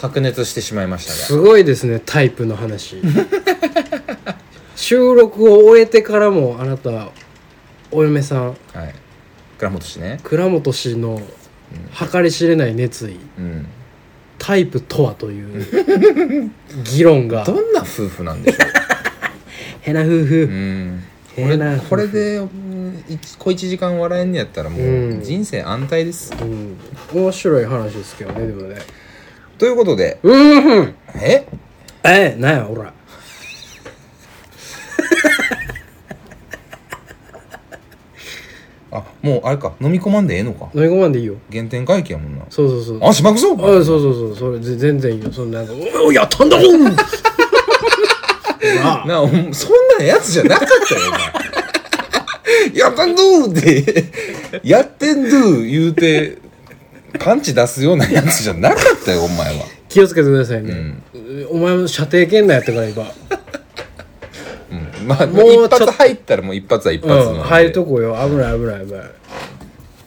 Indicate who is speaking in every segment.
Speaker 1: 白熱してしまいました
Speaker 2: すごいですねタイプの話 収録を終えてからもあなたお嫁さん
Speaker 1: がはい倉本氏ね
Speaker 2: 倉本氏の計り知れない熱意
Speaker 1: うん
Speaker 2: タイプとはという議論が
Speaker 1: どんな夫婦なん でしょ
Speaker 2: へな夫
Speaker 1: う、う
Speaker 2: 婦
Speaker 1: ん、こ
Speaker 2: へな
Speaker 1: れ
Speaker 2: 夫婦
Speaker 1: これで、うん、一小一時間笑えんのやったらも
Speaker 2: う
Speaker 1: うん人生安泰です、
Speaker 2: うん面白い話ですけどねでもね
Speaker 1: ということで
Speaker 2: うーん
Speaker 1: え
Speaker 2: えなんやほら
Speaker 1: あもうあれか飲み込まんでええのか
Speaker 2: 飲み込まんでいいよ
Speaker 1: 原点回帰やもんな
Speaker 2: そうそうそう
Speaker 1: あしまくぞ
Speaker 2: あそうそうそうそれぜ全然いいよそんななんか「お いやったんだもん!ほら」
Speaker 1: なお前そんなやつじゃなかったよお前 やったんどーってやってんどー言うてパンチ出すようなやつじゃなかったよお前は
Speaker 2: 気をつけてくださいね、お前も射程圏内やったから今、
Speaker 1: うんまあ
Speaker 2: も
Speaker 1: も
Speaker 2: う
Speaker 1: う
Speaker 2: ちょっ
Speaker 1: 一
Speaker 2: と
Speaker 1: 発入ったらもう一発は一発なん
Speaker 2: う
Speaker 1: で、
Speaker 2: ん、入るとこよ危ない危ない危ない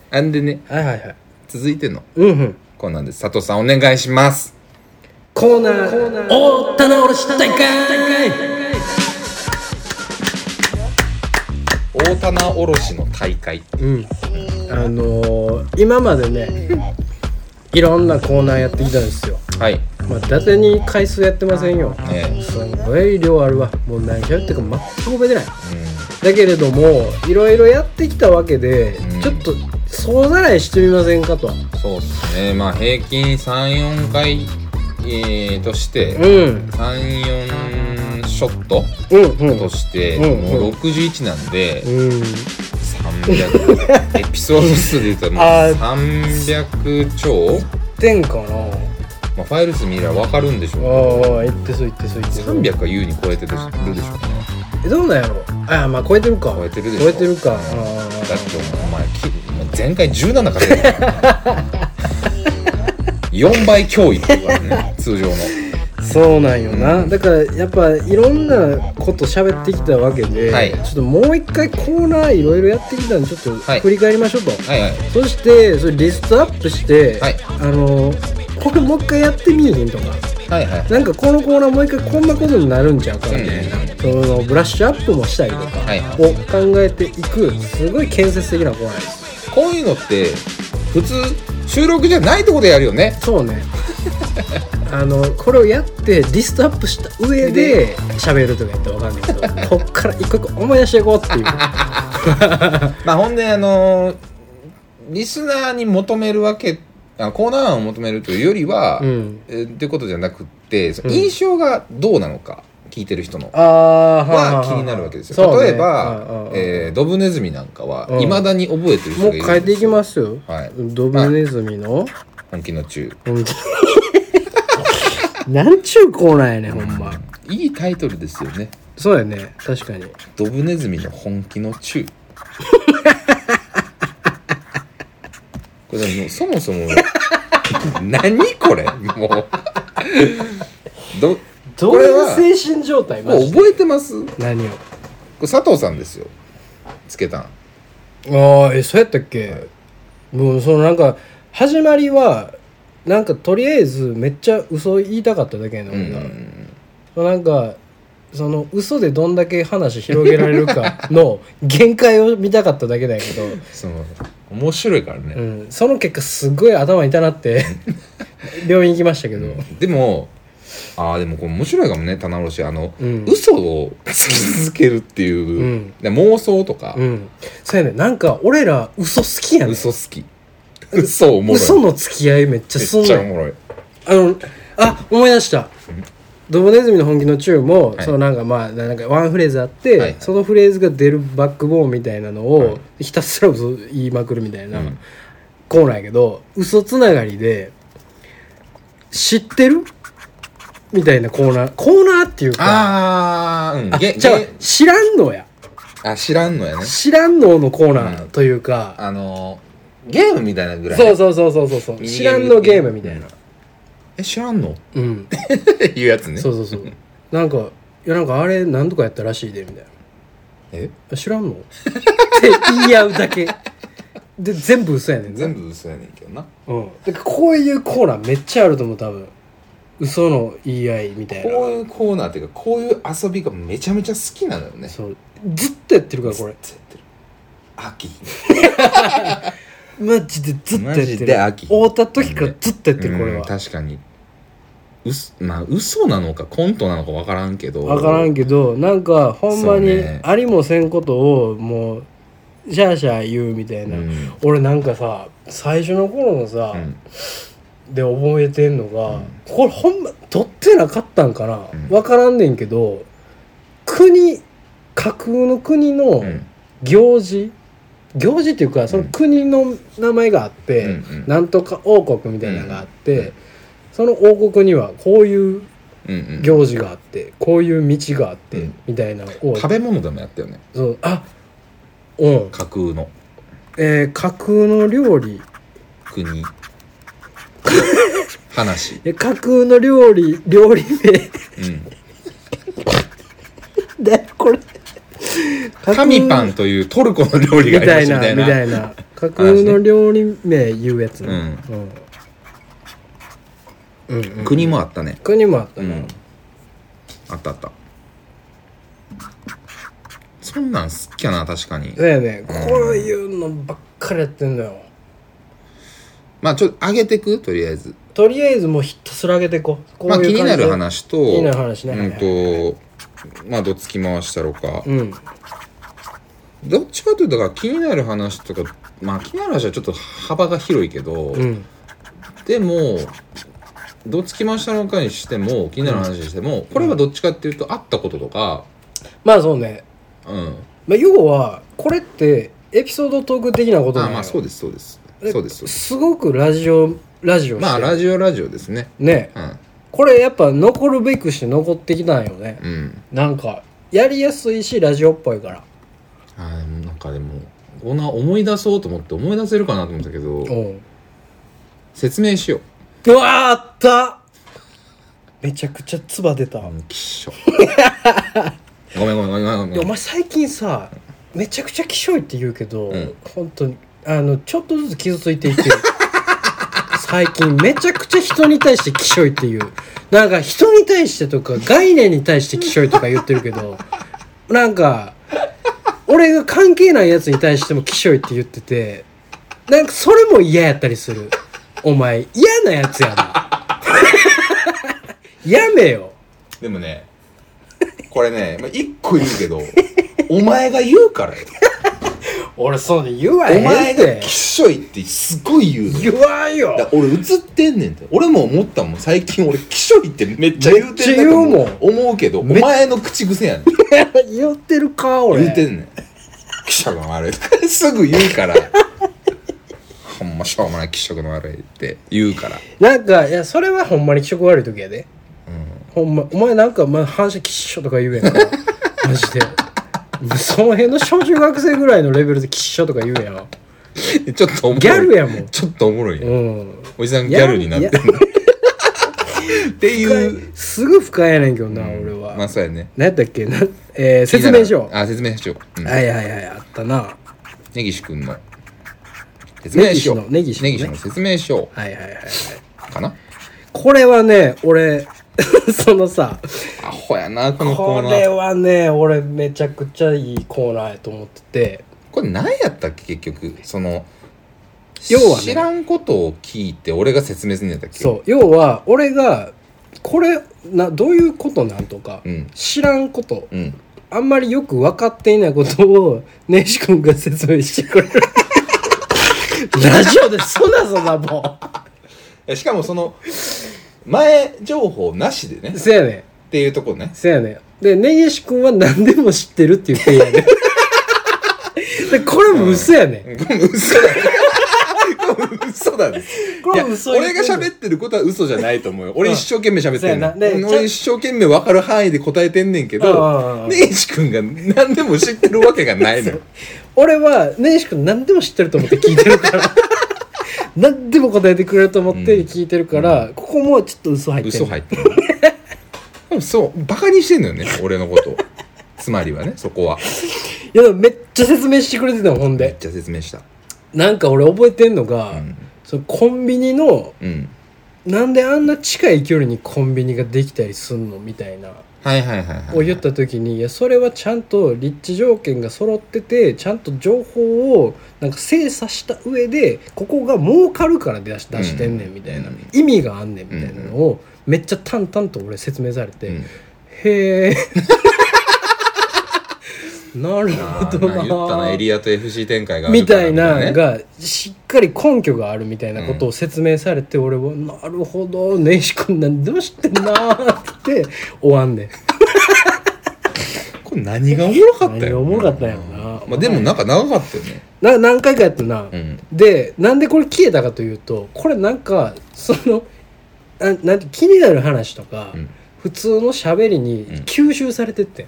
Speaker 1: あんでね
Speaker 2: はいはいはい
Speaker 1: 続いての
Speaker 2: うんうん
Speaker 1: こんなんで佐藤さんお願いします
Speaker 2: コーナーおー棚卸し大会
Speaker 1: 大棚卸しの大会
Speaker 2: うんあのー、今までねいろんなコーナーやってきたんですよ
Speaker 1: はい
Speaker 2: まあ伊達に回数やってませんよ
Speaker 1: ええ
Speaker 2: すごい量あるわもう何しゃべってるか全く覚えてないだけれどもいろいろやってきたわけで、
Speaker 1: うん
Speaker 2: ちょっと総ざらいしてみませんかと
Speaker 1: うんそうですねまあ平均34回えー、として
Speaker 2: うん
Speaker 1: 34ショット
Speaker 2: うんうん
Speaker 1: として、
Speaker 2: うん
Speaker 1: もう61なんで、
Speaker 2: うん
Speaker 1: 300エピソード数で言うともう
Speaker 2: あー
Speaker 1: 300超、
Speaker 2: 点かな
Speaker 1: まあ、ファイル数見れば分かるんでしょう
Speaker 2: ああいってそういってそういってそう
Speaker 1: 300は優に超えてるでしょうね
Speaker 2: えどうなんやろああまあ超えてるか
Speaker 1: 超えてるでしょ
Speaker 2: 超えてるかあ
Speaker 1: だってお前き前回17稼いでるから4倍強いって言うからね通常の
Speaker 2: あそうなんよな、
Speaker 1: うん
Speaker 2: だからやっぱいろんなこと喋ってきたわけで、
Speaker 1: はい
Speaker 2: ちょっともう一回コーナーいろいろやってきたんでちょっと
Speaker 1: はい
Speaker 2: 振り返りましょうと、
Speaker 1: はいはい
Speaker 2: そしてそれリストアップして、
Speaker 1: はい
Speaker 2: あのこれもう一回やってみいひんとか
Speaker 1: はいはい
Speaker 2: なんかこのコーナーもう一回こんなことになるんちゃうかみたいな、そのブラッシュアップもしたりとか
Speaker 1: はい
Speaker 2: を考えていくすごい建設的なコーナーです
Speaker 1: こういうのって普通収録じゃないとこでやるよね
Speaker 2: そうねあのこれをやってリストアップした上で喋るとかやったらわかんないけど こっから一個一個思い出していこうっていう
Speaker 1: まあほんであのーリスナーに求めるわけあコーナー案を求めると いうよりは、
Speaker 2: うん
Speaker 1: えーってことじゃなくってその
Speaker 2: うん
Speaker 1: 印象がどうなのか聞いてる人の
Speaker 2: ああ
Speaker 1: は気になるわけですよ、例えば、えードブネズミなんか
Speaker 2: うん
Speaker 1: は未だに覚えてる人
Speaker 2: もう
Speaker 1: がいる
Speaker 2: 変えていき
Speaker 1: す
Speaker 2: ますよ、
Speaker 1: はい
Speaker 2: ドブネズミの、
Speaker 1: 本気の中
Speaker 2: ほんと なんちゅうコーナーやねんほんま
Speaker 1: いいタイトルですよね
Speaker 2: そうやね確かに
Speaker 1: ドブネズミの本気の中 これでもそもそも何これもうど
Speaker 2: どう
Speaker 1: これ
Speaker 2: いう
Speaker 1: は
Speaker 2: 精神状態マ
Speaker 1: もう
Speaker 2: ジで
Speaker 1: 覚えてますこ
Speaker 2: 何を
Speaker 1: れ佐藤さんですよつけたん
Speaker 2: ああえそうやったっけ、もうそのなんか始まりはなんかとりあえずめっちゃ嘘言いたかっただけやね
Speaker 1: うん
Speaker 2: 俺
Speaker 1: ん
Speaker 2: が、なんかその嘘でどんだけ話広げられるか の限界を見たかっただけだけど、
Speaker 1: その面白いからね、
Speaker 2: うん、その結果すごい頭痛なって 病院行きましたけど、
Speaker 1: でもああでもこれ面白いかもね棚卸しあの、
Speaker 2: うん
Speaker 1: 嘘をつき続けるっていう、
Speaker 2: うん
Speaker 1: で妄想とか、
Speaker 2: うん。そうやね。なんか、俺ら、嘘好きやねん。
Speaker 1: 嘘好き嘘おもろい
Speaker 2: 嘘の付き合いめっちゃ
Speaker 1: めっ
Speaker 2: すん
Speaker 1: ちゃお
Speaker 2: の。
Speaker 1: もろい
Speaker 2: あの、あ、思い出した。ドブネズミの本気のチューも、
Speaker 1: はい
Speaker 2: そのなんかまあなんかワンフレーズあって、
Speaker 1: はい
Speaker 2: そのフレーズが出るバックボーンみたいなのを、
Speaker 1: は
Speaker 2: ひたすら嘘言いまくるみたいな、
Speaker 1: うん
Speaker 2: コーナーやけど嘘つながりで「知ってる?」みたいなコーナーコーナーっていうか
Speaker 1: ああうん
Speaker 2: あ
Speaker 1: げ
Speaker 2: じゃあ
Speaker 1: げ
Speaker 2: 知らんのや
Speaker 1: あ知らんのやね
Speaker 2: 知らんののコーナーというか、
Speaker 1: あのーゲームみたいなぐらい
Speaker 2: そうそうそうそうそうそう
Speaker 1: ミニゲーム
Speaker 2: 知らんのゲームみたいな
Speaker 1: え知らんの
Speaker 2: うん
Speaker 1: っていうやつね
Speaker 2: そうそう そうなんかいやなんかあれ何とかやったらしいでみたい
Speaker 1: え
Speaker 2: な知らんの って言い合うだけで全部嘘やねん
Speaker 1: 全部嘘やねんけどな
Speaker 2: 部、うん、だからこういうコーナーめっちゃあると思う多分嘘の言い合いみたいな
Speaker 1: こういうコーナーっていうかこういう遊びがめちゃめちゃ好きなのよね
Speaker 2: そうずっとやってるからこれ
Speaker 1: ずっとやってる秋
Speaker 2: マジでずっとや
Speaker 1: マ
Speaker 2: って
Speaker 1: ジ
Speaker 2: る
Speaker 1: で秋
Speaker 2: 会った時からずっとやってるこれ
Speaker 1: うん
Speaker 2: は
Speaker 1: 確かにうまあ嘘なのかコントなのか分からんけど
Speaker 2: 分からんけどなんかほんま
Speaker 1: そう
Speaker 2: に
Speaker 1: ね
Speaker 2: ありもせんことをもうシャーシャー言うみたいな、
Speaker 1: うん
Speaker 2: 俺なんかさ最初の頃のさ、
Speaker 1: うん
Speaker 2: で覚えてんの
Speaker 1: う
Speaker 2: が、
Speaker 1: ん
Speaker 2: これほんま撮ってなかったんかな、わ
Speaker 1: うん
Speaker 2: からんねんけど国架空の国の
Speaker 1: うん
Speaker 2: 行事、行事っていうかその国の名前があって、
Speaker 1: うんうん
Speaker 2: なんとか王国みたいなのがあって、その王国にはこういう
Speaker 1: うんうん
Speaker 2: 行事があって、こういう道があって、
Speaker 1: うん
Speaker 2: みたいなのを
Speaker 1: 食べ物でもやったよね
Speaker 2: そうあうん、
Speaker 1: 架空の
Speaker 2: えー架空の料理
Speaker 1: 国話
Speaker 2: え架空の料理料理名
Speaker 1: う ん
Speaker 2: だこれ
Speaker 1: 神パンというトルコの料理が
Speaker 2: み
Speaker 1: ありま
Speaker 2: たい
Speaker 1: した
Speaker 2: な
Speaker 1: みたい
Speaker 2: み
Speaker 1: な
Speaker 2: たいな架空の料理名言うやつ
Speaker 1: う
Speaker 2: ね
Speaker 1: ん
Speaker 2: うんうんうん
Speaker 1: 国もあったね
Speaker 2: 国もあった
Speaker 1: う
Speaker 2: なん
Speaker 1: あったあったそんなん好きやな確かに
Speaker 2: そうやねこういうのばっかりやってんだよ
Speaker 1: まあちょっと上げてくとりあえず
Speaker 2: とりあえずもうひたすら上げていこうこう
Speaker 1: まあ気
Speaker 2: いう
Speaker 1: に
Speaker 2: 感
Speaker 1: な
Speaker 2: じで
Speaker 1: る話と
Speaker 2: 気になる話ねはいはい
Speaker 1: うんとまあどつき回したろか、
Speaker 2: うん
Speaker 1: どっちかというとだから気になる話とかまあ気になる話はちょっと幅が広いけど、
Speaker 2: うん
Speaker 1: でもどっちきましたのかにしても気になる話にしても、これはどっちかっていうと会ったこととか
Speaker 2: まあそうね
Speaker 1: うん
Speaker 2: まあ要はこれってエピソードトーク的なこと
Speaker 1: ああ
Speaker 2: なの
Speaker 1: ま
Speaker 2: よ
Speaker 1: あそうですそうです
Speaker 2: え
Speaker 1: そうですそうです
Speaker 2: すごくラジオラジオして
Speaker 1: まあラジオラジオですね
Speaker 2: ね
Speaker 1: うん
Speaker 2: これやっぱ残るべくして残ってきたんよね
Speaker 1: うん
Speaker 2: なんかやりやすいしラジオっぽいから
Speaker 1: あーなんかでもこんな思い出そうと思って思い出せるかなと思ったけ
Speaker 2: う
Speaker 1: ど
Speaker 2: ん
Speaker 1: 説明しよ
Speaker 2: うわーあっためちゃくちゃ唾出た、
Speaker 1: う、う
Speaker 2: い
Speaker 1: ん、きっ しょごめんごめんごめんごめん
Speaker 2: や
Speaker 1: ご
Speaker 2: お
Speaker 1: めん
Speaker 2: 前最近さめちゃくちゃきしょいって言うけど、
Speaker 1: うん
Speaker 2: 本当にあのちょっとずつ傷ついていってる 最近めちゃくちゃ人に対してきしょいっていうなんか人に対してとか概念に対してきしょいとか言ってるけど なんか俺が関係ないやつに対してもきしょいって言っててなんかそれも嫌やったりするお前嫌なやつやな やめよ
Speaker 1: でもねこれね、まあ、一個言う けどお前が言うからよ
Speaker 2: 俺そうで言わ
Speaker 1: お
Speaker 2: へん
Speaker 1: 前
Speaker 2: っ
Speaker 1: が
Speaker 2: て
Speaker 1: きっしょいってすごい言うの
Speaker 2: 言わんよ
Speaker 1: だから俺映ってんねんって俺も思ったもん最近俺きしょいってめっちゃ言うてんなと
Speaker 2: めっちゃ
Speaker 1: 思う思うけどお
Speaker 2: めっ
Speaker 1: 前の口癖やねん
Speaker 2: 言ってるか俺
Speaker 1: 言うてんね ん気色の悪いすぐ言うからほんましょうもない気色の悪いって言うから
Speaker 2: なんかいやそれはほんまに気色悪い時やでほんまお前なんかまあ反射きっしょとか言うやんか マジでその辺の小中学生ぐらいのレベルできっしょとか言うやん
Speaker 1: うんちょっとおもろい
Speaker 2: ギャルやもん
Speaker 1: ちょっとおもろいやん
Speaker 2: うん
Speaker 1: おじさんギャルになってんのっていう
Speaker 2: すぐ深いやねんけどな、俺は、
Speaker 1: まあそうやね
Speaker 2: 何やったっけな、えー 説明しよう
Speaker 1: あ説明しよう、うん、
Speaker 2: はいはいはいあったな
Speaker 1: 根岸君の説明しよう
Speaker 2: 根岸の
Speaker 1: 根
Speaker 2: 根岸のね
Speaker 1: 岸の説明しよ
Speaker 2: はいはいはいはいう
Speaker 1: かな
Speaker 2: これはね俺 そのさ
Speaker 1: アホやなこのコ
Speaker 2: こ
Speaker 1: ーナ
Speaker 2: れ
Speaker 1: ー
Speaker 2: はね俺めちゃくちゃいいコーナーやと思ってて
Speaker 1: これ何やったっけ結局その
Speaker 2: 要はね
Speaker 1: 知らんことを聞いて俺が説明するんやったっけ
Speaker 2: そう要は俺がこれなどういうことなんとか、
Speaker 1: うん
Speaker 2: 知らんこと
Speaker 1: うん
Speaker 2: あんまりよく分かっていないことを 根岸君が説明してく れるラジオでそんなそんなも
Speaker 1: えしかもその前情報なしでね
Speaker 2: うせやね
Speaker 1: っていうとこね
Speaker 2: んせやねんで根岸君は何でも知ってるって言ってんやね んでこれも嘘やねん、
Speaker 1: うんこれ嘘だこれ嘘だね
Speaker 2: こ
Speaker 1: い
Speaker 2: れ
Speaker 1: や
Speaker 2: も嘘
Speaker 1: 俺が
Speaker 2: っ
Speaker 1: 喋ってることは嘘じゃないと思うよ俺一生懸命喋ってん
Speaker 2: そうやな
Speaker 1: の
Speaker 2: で
Speaker 1: うん
Speaker 2: ちゃん
Speaker 1: 俺一生懸命分かる範囲で答えてんねんけ
Speaker 2: うんうんうんう
Speaker 1: ど
Speaker 2: ん
Speaker 1: 根岸君が何でも知ってるわけがないのよ
Speaker 2: 俺は根岸君何でも知ってると思って聞いてるから何でも答えてくれると思って聞いてるから、ここもちょっと嘘入ってる
Speaker 1: 嘘入ってる でもそうバカにしてんのよ ね俺のことつまりはねそこはい
Speaker 2: やでもめっちゃ説明してくれてたのほ
Speaker 1: め
Speaker 2: ん
Speaker 1: っ
Speaker 2: で
Speaker 1: ちゃ説明した
Speaker 2: なんか俺覚えてんのが、
Speaker 1: うん
Speaker 2: そのコンビニの
Speaker 1: うん
Speaker 2: なんであんな近い距離にコンビニができたりすんのみたいな
Speaker 1: はいはいはいはい
Speaker 2: を言った時にいやそれはちゃんと立地条件が揃っててちゃんと情報をなんか精査した上でここが儲かるから出し出してんねんみたいな
Speaker 1: うん
Speaker 2: 意味があんねんみたいなのをめっちゃ淡々と俺説明されて、
Speaker 1: うん
Speaker 2: へ えなる
Speaker 1: あ
Speaker 2: ほ
Speaker 1: ー
Speaker 2: ど
Speaker 1: な
Speaker 2: な
Speaker 1: 言ったなエリアと FC 展開がある
Speaker 2: み
Speaker 1: から
Speaker 2: たいなの
Speaker 1: ね
Speaker 2: がしっかり根拠があるみたいなことを説明されて俺は「なるほど根岸君何でも知ってんな」って終わんねん。
Speaker 1: これ何がおもろかった
Speaker 2: 何が
Speaker 1: よ
Speaker 2: おもろかったんやろな
Speaker 1: まあ、でもなんか長かったよね
Speaker 2: な何回かやったな、
Speaker 1: うん
Speaker 2: でなんでこれ消えたかというとこれなんかそのあなんて気になる話とか、
Speaker 1: うん
Speaker 2: 普通の喋りに
Speaker 1: うん
Speaker 2: 吸収されてってん、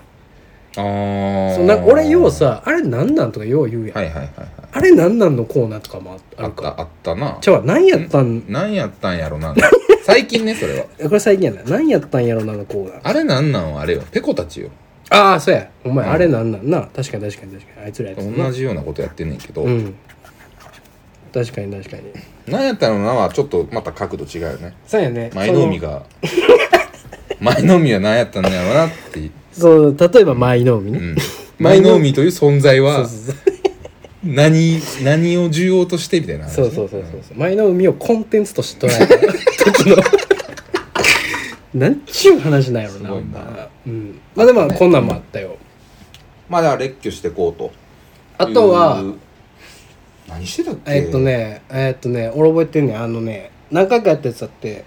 Speaker 1: ああ
Speaker 2: そうなんか俺ようさ「あれなんなん?」とかよう言うやん「
Speaker 1: はいはいはいはい
Speaker 2: あれなんなん?」のコーナーとかもああ
Speaker 1: あ
Speaker 2: る
Speaker 1: っ
Speaker 2: か
Speaker 1: たあったな
Speaker 2: じゃあ何やったん
Speaker 1: 何やったんやろな最近ねそれは
Speaker 2: これ最近やな何やったんやろなのコーナー
Speaker 1: あれなんなんはあれよペコたちよ
Speaker 2: ああそうやお前、
Speaker 1: うん
Speaker 2: あれなんなんな確かに確かに確かにあいつらやって
Speaker 1: 同じようなことやってんねんけど、
Speaker 2: うん確かに確かに
Speaker 1: なんやったのなはちょっとまた角度違うよね
Speaker 2: そうやね
Speaker 1: 前の海 が前の海は何やったんだろうなって、
Speaker 2: そう例えば舞の海ね、
Speaker 1: うん、前の海という存在
Speaker 2: そう
Speaker 1: は
Speaker 2: そうそう
Speaker 1: 何何を重要としてみたいな話ね
Speaker 2: そうそうそうそうそう前の海をコンテンツとして捉えた時 のなんちゅう話なんやろな
Speaker 1: すごいな
Speaker 2: ほんまうん、まあでもこんなんもあったよ
Speaker 1: まあだから列挙してこうと
Speaker 2: あとは
Speaker 1: いう何してたっけ
Speaker 2: えっとねえっとね俺覚えてんねんあのね何回かやったやつだって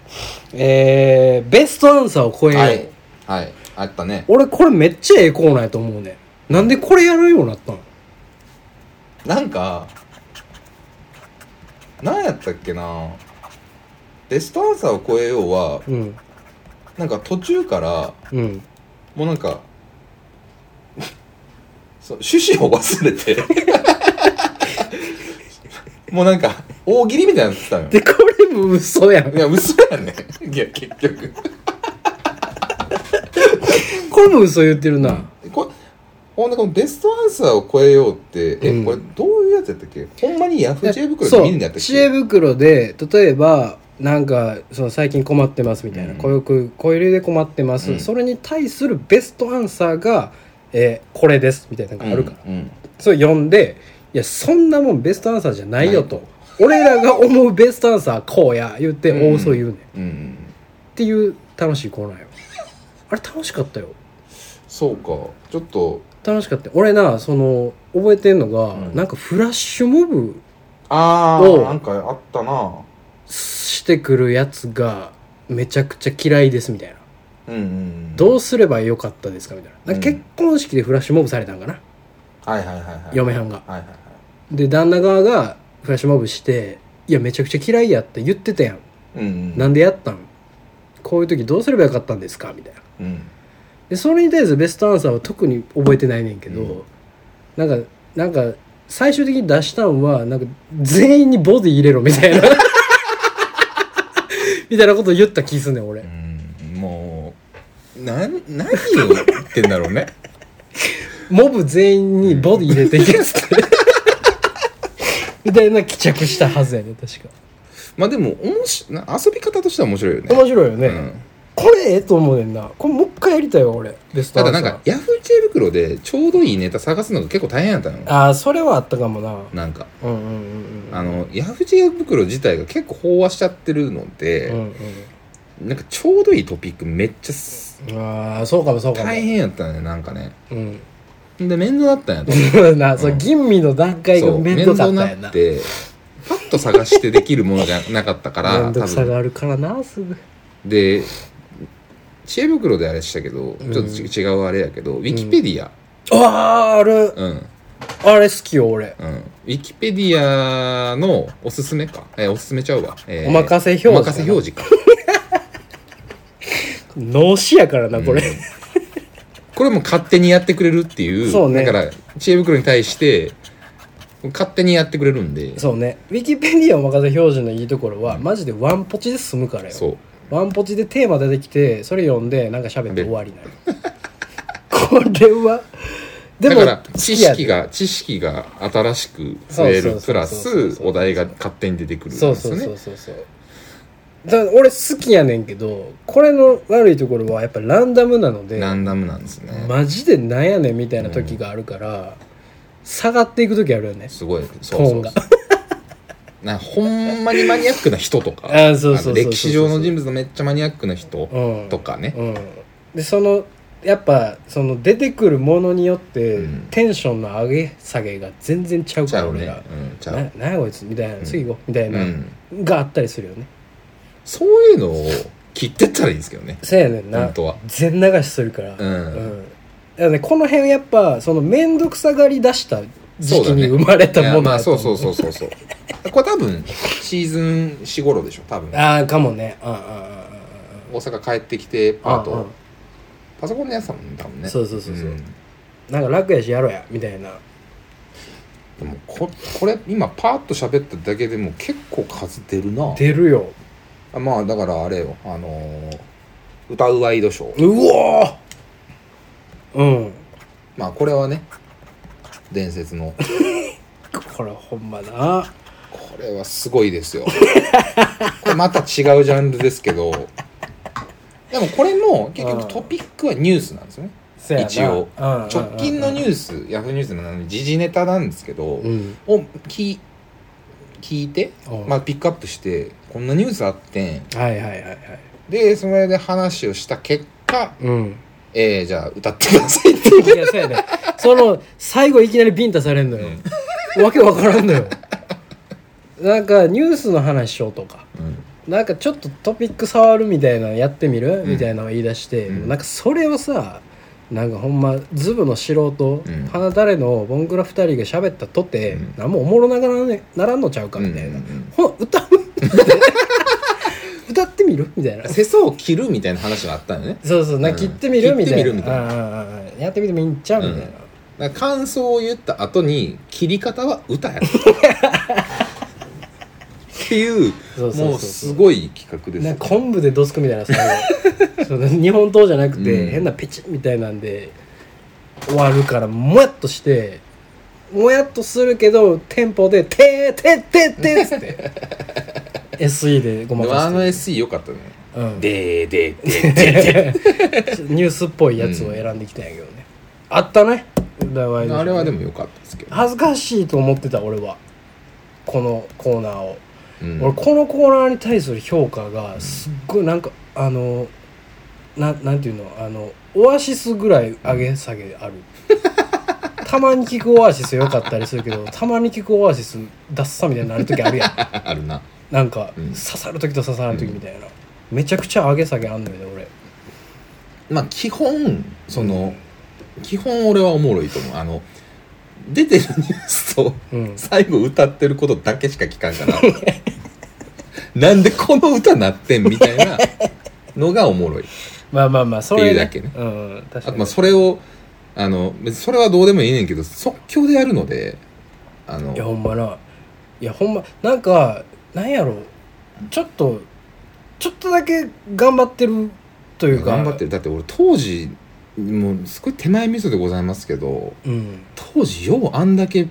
Speaker 2: えー、ベストアンサーを超えよう、
Speaker 1: はいはいあったね
Speaker 2: 俺これめっちゃええコーナーやと思うねんなんでこれやるようになったの
Speaker 1: なんか何やったっけなベストアンサーを超えようは
Speaker 2: うん
Speaker 1: なんか途中から
Speaker 2: うん
Speaker 1: もうなんかそう趣旨を忘れてもうなんか大喜利みたいになってたのよ
Speaker 2: でこれも嘘やん
Speaker 1: いや嘘やねいや結局
Speaker 2: これも嘘言ってるな、
Speaker 1: こほんでこのベストアンサーを超えようってえ、
Speaker 2: うん
Speaker 1: これどういうやつやったっけほんまにヤフー知恵袋
Speaker 2: そう
Speaker 1: で見るんやったっけ
Speaker 2: 知恵袋で例えばなんかその最近困ってますみたいな、
Speaker 1: うん
Speaker 2: こういうここういう理由で困ってます、
Speaker 1: うん
Speaker 2: それに対するベストアンサーが、えーこれですみたいなのがあるから、
Speaker 1: うんうん
Speaker 2: それ読んでいやそんなもんベストアンサーじゃないよと、俺らが思うベストアンサーはこうや言って
Speaker 1: うん
Speaker 2: 大嘘言うねん、っ
Speaker 1: うんうん、
Speaker 2: ていう楽しいコーナーよあれ楽しかったよ
Speaker 1: そうかちょっと
Speaker 2: 楽しかったよ俺なその覚えてんのが、
Speaker 1: うん
Speaker 2: なんかフラッシュモブ
Speaker 1: あ
Speaker 2: お
Speaker 1: あ
Speaker 2: う
Speaker 1: なんかあったな
Speaker 2: してくるやつがめちゃくちゃ嫌いですみたい
Speaker 1: うん
Speaker 2: な
Speaker 1: うんうん
Speaker 2: どうすればよかったですかみたいななんか
Speaker 1: うん
Speaker 2: 結婚式でフラッシュモブされたんかな、
Speaker 1: はいはいはいはい
Speaker 2: 嫁はんが
Speaker 1: はいはいはい
Speaker 2: で旦那側がフラッシュモブして「いやめちゃくちゃ嫌いや」って言ってたやん、
Speaker 1: うんうん
Speaker 2: なんでやったんこういう時どうすればよかったんですかみたいな
Speaker 1: うん
Speaker 2: でそれに対するベストアンサーは特に覚えてないねんけど、
Speaker 1: うん
Speaker 2: なんかなんか最終的に出したんはなんか全員にボディ入れろみた いなみたいなこと言った気すんねん俺
Speaker 1: うんもうなん何を言ってんだろうね
Speaker 2: モブ全員にボディ入れて いけっつって、みたいな帰着したはずやね確か
Speaker 1: まあでもおもしな遊び方としては面白いよね
Speaker 2: 面白いよね、
Speaker 1: うん
Speaker 2: これええと思うねんなこれもう一回やりたいわ俺ベスト
Speaker 1: た
Speaker 2: ア
Speaker 1: だ
Speaker 2: ン
Speaker 1: な
Speaker 2: サー
Speaker 1: んかヤフー知恵袋でちょうどいいネタ探すのが結構大変やったのよ
Speaker 2: ああそれはあったかもな
Speaker 1: なんか
Speaker 2: うんうんうんうん
Speaker 1: あのヤフー知恵袋自体が結構飽和しちゃってるの
Speaker 2: う
Speaker 1: で、
Speaker 2: ん
Speaker 1: なんかちょうどいいトピックめっちゃす
Speaker 2: うんああそうかもそうかも
Speaker 1: 大変やったねなんかね
Speaker 2: うん
Speaker 1: で面倒だったんやと思う
Speaker 2: なそう吟味の段階が
Speaker 1: そう
Speaker 2: 面倒だったんや
Speaker 1: 面倒
Speaker 2: な
Speaker 1: ってパッと探してできるものじゃなかったから
Speaker 2: 面倒くさ
Speaker 1: 多
Speaker 2: があるからなすぐ
Speaker 1: 分で知恵袋であれしたけど
Speaker 2: うん
Speaker 1: ちょっとち違うあれやけど、ウィキペディア
Speaker 2: あああれ
Speaker 1: うん
Speaker 2: あれ好きよ俺
Speaker 1: うんウィキペディアのおすすめか、えーおすすめちゃうわ、えー
Speaker 2: お任せ表示
Speaker 1: お任せ表示か
Speaker 2: 脳死やからなこれ
Speaker 1: うんこれも勝手にやってくれるっていう
Speaker 2: そうね
Speaker 1: だから知恵袋に対して勝手にやってくれるんで
Speaker 2: そうねウィキペディアお任せ標準のいいところは、マジでワンポチで済むからよ
Speaker 1: そう
Speaker 2: ワンポチでテーマ出てきてそれ読んでなんか喋って終わりなの これはで
Speaker 1: だ
Speaker 2: も
Speaker 1: から知識
Speaker 2: が
Speaker 1: が知識が新しく増え
Speaker 2: そう
Speaker 1: るプ
Speaker 2: そうそう
Speaker 1: ラ
Speaker 2: そうそう
Speaker 1: スお題が勝手に出てくるんです
Speaker 2: そ
Speaker 1: よ
Speaker 2: う
Speaker 1: ね
Speaker 2: そうそうそうそうだから俺好きやねんけどこれの悪いところはやっぱランダムなので
Speaker 1: ランダムなんですね、
Speaker 2: マジでなんやねんみたいな時があるから、下がっていく時あるよね
Speaker 1: すごいそうそう
Speaker 2: トーンが
Speaker 1: そう なほんまにマニアックな人とか
Speaker 2: あそうそうそうそう
Speaker 1: あの歴史上の人物のめっちゃマニアックな人
Speaker 2: うん
Speaker 1: とかね、
Speaker 2: うん、でそのやっぱその出てくるものによって、
Speaker 1: うん
Speaker 2: テンションの上げ下げが全然ちゃう
Speaker 1: ち
Speaker 2: か
Speaker 1: ゃ
Speaker 2: ら
Speaker 1: う
Speaker 2: 俺
Speaker 1: ね
Speaker 2: ら、
Speaker 1: うんちゃ
Speaker 2: な
Speaker 1: う、
Speaker 2: なんやこいつみたいな、
Speaker 1: うん
Speaker 2: 次行こうみたいうな、
Speaker 1: ん、
Speaker 2: があったりするよね
Speaker 1: そういうのを切ってったらいいんですけどね
Speaker 2: そうやねんな
Speaker 1: 本当は
Speaker 2: 全流しするから、
Speaker 1: うん
Speaker 2: だからね、この辺やっぱその面倒くさがり出した時期に生まれた
Speaker 1: い
Speaker 2: も
Speaker 1: や
Speaker 2: の
Speaker 1: まあ
Speaker 2: だと
Speaker 1: そう
Speaker 2: 思
Speaker 1: そうそうそうそう これ多分シーズン4頃でしょ多分
Speaker 2: ああかもねうんうんうん
Speaker 1: 大阪帰ってきてパー
Speaker 2: うんうん
Speaker 1: トパソコンのやつだもんね多分ね
Speaker 2: そうそうそうそうんうんなんか楽やしやろうやみたいな
Speaker 1: でもここれ今パーッと喋っただけでも結構数出るな
Speaker 2: 出るよ
Speaker 1: あまあだからあれよあのー歌うワイドショー、
Speaker 2: うおーうん
Speaker 1: まあこれはね伝説の
Speaker 2: これほんまな
Speaker 1: これはすごいです よこれまた違うジャンルですけどでもこれも結
Speaker 2: うん
Speaker 1: 局トピックはニュースなんですよね
Speaker 2: そやな
Speaker 1: 一応
Speaker 2: うんうんうん
Speaker 1: 直近のニュースヤフーニュースの時事ネタなんですけど、
Speaker 2: うん
Speaker 1: を聞い聞いて、
Speaker 2: うん
Speaker 1: まあ、ピックアップしてこんなニュースあってん
Speaker 2: はいはいはいはい
Speaker 1: でそれで話をした結果、
Speaker 2: うん
Speaker 1: えー、じゃあ歌ってくださいっていう
Speaker 2: いやそうやねその最後いきなりビンタされんのよ、わけわからんのよなんかニュースの話しようとかなんかちょっとトピック触るみたいなのやってみる、
Speaker 1: うん
Speaker 2: みたいなの言い出して、
Speaker 1: うん
Speaker 2: なんかそれをさなんかほんまズブの素人、
Speaker 1: うん
Speaker 2: 花だれのボンクラ2人が喋ったとて、
Speaker 1: うん
Speaker 2: 何もおもろながらねならんのちゃうかみたいな、
Speaker 1: うんうんうん
Speaker 2: ほん歌う 歌ってみるみたいな
Speaker 1: 世相を切るみたいな話があったんよね
Speaker 2: そうそうなんか
Speaker 1: うん
Speaker 2: 切ってみる、
Speaker 1: 切
Speaker 2: み
Speaker 1: ったてみ
Speaker 2: いな
Speaker 1: るみたいな
Speaker 2: ああああやってみてもいいんちゃう、みたいな
Speaker 1: だから感想を言った後に切り方は歌やっていう
Speaker 2: そうそうそう
Speaker 1: もうすごい企画です
Speaker 2: なん
Speaker 1: よ
Speaker 2: か昆布でドスクみた いなさその日本刀じゃなくて、
Speaker 1: うん
Speaker 2: 変なペチッみたいなんで終わるからもやっとしてもやっとするけどテンポで「てーてーてーてー」っつって SE でごま
Speaker 1: でもあの
Speaker 2: かして
Speaker 1: SE 良かったね
Speaker 2: うん
Speaker 1: でーでーでーでーで
Speaker 2: ニュースっぽいやつを選んできたんやけどね、あったねだワイ
Speaker 1: ー
Speaker 2: ドショー
Speaker 1: あれはでも良かったですけど、
Speaker 2: 恥ずかしいと思ってた俺はこのコーナーを、
Speaker 1: うん
Speaker 2: 俺このコーナーに対する評価がすっごいなんかあのななんていうのあのオアシスぐらい上げ下げ あるたまに聞くオアシス良かったりするけどたまに聞くオアシスダッサみたいになる時あるや ん
Speaker 1: あるな
Speaker 2: なんか、
Speaker 1: うん
Speaker 2: 刺さる時と刺さない時みたいな、めちゃくちゃ上げ下げあんのよね俺
Speaker 1: まあ基本その、基本俺はおもろいと思うあの出てるニュースと
Speaker 2: うん
Speaker 1: 最後歌ってることだけしか聞かんからなんでこの歌なってんみたいなのがおもろい
Speaker 2: まあまあまあそれ、
Speaker 1: っていうだけね
Speaker 2: うん確か
Speaker 1: あと
Speaker 2: に
Speaker 1: まあそれをあの別にそれはどうでもいいねんけど即興でやるのであの
Speaker 2: いやほんまないやほんまなんかなんやろちょっとちょっとだけ頑張ってるというか
Speaker 1: 頑張ってるだって俺当時もうすごい手前味噌でございますけど
Speaker 2: うん
Speaker 1: 当時ようあんだけ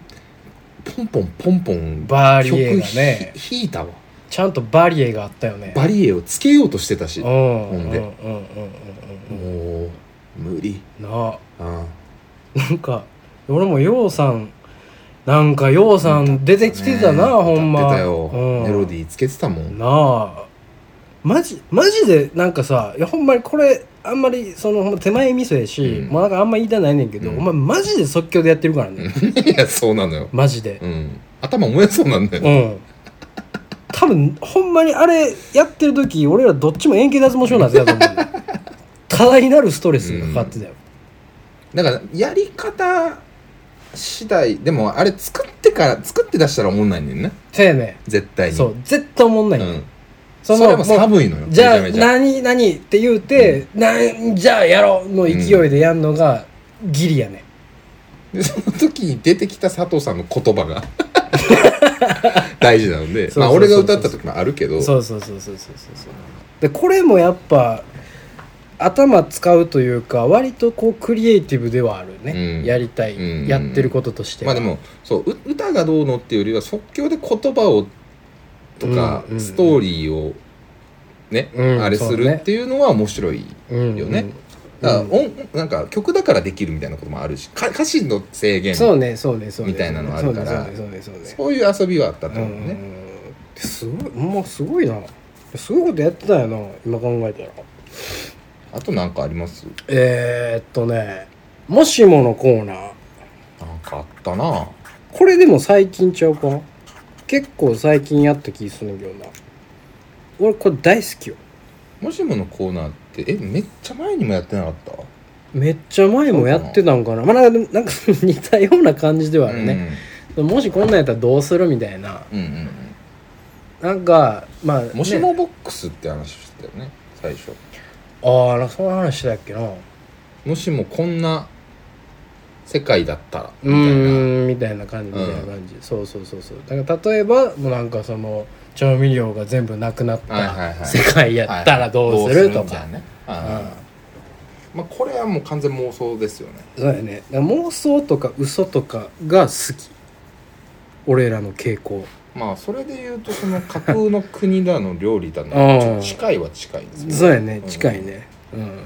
Speaker 1: ポンポンポンポン
Speaker 2: バリ
Speaker 1: 曲
Speaker 2: エが
Speaker 1: ひ
Speaker 2: ね
Speaker 1: 弾いたわ
Speaker 2: ちゃんとバリエがあったよね
Speaker 1: バリエをつけようとしてたし
Speaker 2: うん
Speaker 1: も
Speaker 2: うんうんうん
Speaker 1: ほん
Speaker 2: うんう
Speaker 1: で
Speaker 2: んうん
Speaker 1: う無理
Speaker 2: なあ
Speaker 1: あ
Speaker 2: なんか俺もようさんなんかようさん出てきてたな、
Speaker 1: ねえ
Speaker 2: ほんま
Speaker 1: 歌ってたよ
Speaker 2: うん、
Speaker 1: メロディーつけてたもん
Speaker 2: なあマジマジでなんかさいやほんまにこれあんまりそのほんま手前味噌やし、
Speaker 1: うん
Speaker 2: もうなんかあんま言いたないねんけど、
Speaker 1: うん
Speaker 2: お前マジで即興でやってるからね、
Speaker 1: いやそうなのよ
Speaker 2: マジで
Speaker 1: うん頭燃えそうなんだ
Speaker 2: う
Speaker 1: よ
Speaker 2: ん多分ほんまにあれやってる時俺らどっちも円形脱毛症 なんですよ多分多大なるストレスがかかってたよ、
Speaker 1: だからやり方次第でもあれ作ってから作って出したらおもんないねんな
Speaker 2: せやね
Speaker 1: 絶対に
Speaker 2: そう絶対思んない、
Speaker 1: うん
Speaker 2: そ
Speaker 1: そ
Speaker 2: の
Speaker 1: れも寒いのよ
Speaker 2: じゃ
Speaker 1: めち
Speaker 2: あ
Speaker 1: ゃめちゃ
Speaker 2: 何何って言うて、なんじゃあやろうの勢いでやんのがギリやね、
Speaker 1: で その時に出てきた佐藤さんの言葉が 大事なので
Speaker 2: そうそうそうそう
Speaker 1: まあ俺が歌った時もあるけど
Speaker 2: そうそうそうそうそうそうそうでこれもやっぱ頭使うというか割とこうクリエイティブではあるね、
Speaker 1: うん
Speaker 2: やりたい、
Speaker 1: うん
Speaker 2: やってることとして
Speaker 1: ま
Speaker 2: は
Speaker 1: あでもそうう歌がどうのっていうよりは即興で言葉をとか、
Speaker 2: うんうんうん
Speaker 1: ストーリーをね、
Speaker 2: うん
Speaker 1: あれす
Speaker 2: そうだ
Speaker 1: る
Speaker 2: ね
Speaker 1: っていうのは面白い
Speaker 2: うん
Speaker 1: よね。
Speaker 2: うん
Speaker 1: だから音なんか曲だからできるみたいなこともあるしか歌詞の制限
Speaker 2: そうねそうねそうね
Speaker 1: みたいなのあるから
Speaker 2: そうねそうねそうねそうね
Speaker 1: そういう遊びはあったと
Speaker 2: う
Speaker 1: 思
Speaker 2: ん
Speaker 1: うね、
Speaker 2: すごいもうすごいなすごいことやってたよな今考えたら
Speaker 1: あとなんかあります
Speaker 2: えー、っとねもしものコーナー
Speaker 1: なんかあったな
Speaker 2: これでも最近ちゃうかな結構最近やった気するんだけどな俺これ大好きよ
Speaker 1: もしものコーナーってえめっちゃ前にもやってなかった
Speaker 2: めっちゃ前もやってたんかなまあなんかなんか似たような感じではあるね、もしこんなんやったらどうするみたいな
Speaker 1: うん、うんうん
Speaker 2: なんかまあ、
Speaker 1: う
Speaker 2: ね
Speaker 1: んもしもボックスって話してたよね最初
Speaker 2: ああなんかその話だっけなう
Speaker 1: もしもこんな世界だったらみたいな
Speaker 2: ーんみたいな感じみたいな感じ、そうそうそうそうだから例えばもうなんかその調味料が全部なくなっ
Speaker 1: はいはいは
Speaker 2: た
Speaker 1: い
Speaker 2: 世界やったらどうすると
Speaker 1: みた
Speaker 2: か
Speaker 1: いなねうんまあこれはもう完全妄想ですよね
Speaker 2: そうやねだから妄想とか嘘とかが好き俺らの傾向
Speaker 1: まあそれで言うとその架空の国だの料理だの
Speaker 2: うん
Speaker 1: ちょっと近いは近いですね
Speaker 2: そうやね
Speaker 1: うん
Speaker 2: 近いねうんうんうんうん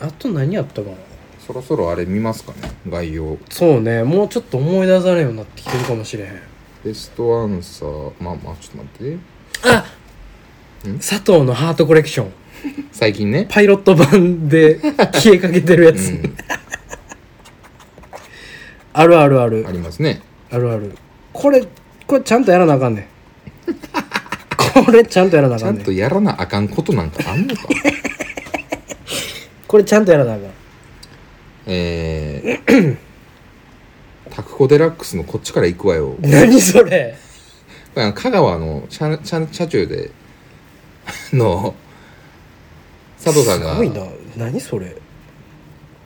Speaker 2: あと何やったかな
Speaker 1: そろそろあれ見ますかね概要
Speaker 2: そうねもうちょっと思い出されんようになってきてるかもしれへん
Speaker 1: ベストアンサーまあまあちょっと待って
Speaker 2: 佐藤のハートコレクション
Speaker 1: 最近ね
Speaker 2: パイロット版で消えかけてるやつ、
Speaker 1: う
Speaker 2: あるあるある
Speaker 1: んありますね
Speaker 2: あるあるこれこれちゃんとやらなあかんねんこれちゃんとやらなあ
Speaker 1: ち
Speaker 2: か
Speaker 1: ゃ
Speaker 2: ん
Speaker 1: ん
Speaker 2: ねん
Speaker 1: とやらなあかんことなんかあん のか
Speaker 2: これちゃんとやらなあかん
Speaker 1: えータクコデラックスのこっちから行くわよ
Speaker 2: 何それ
Speaker 1: これあの香川の社社社長であの佐藤さんが
Speaker 2: すごいな何それ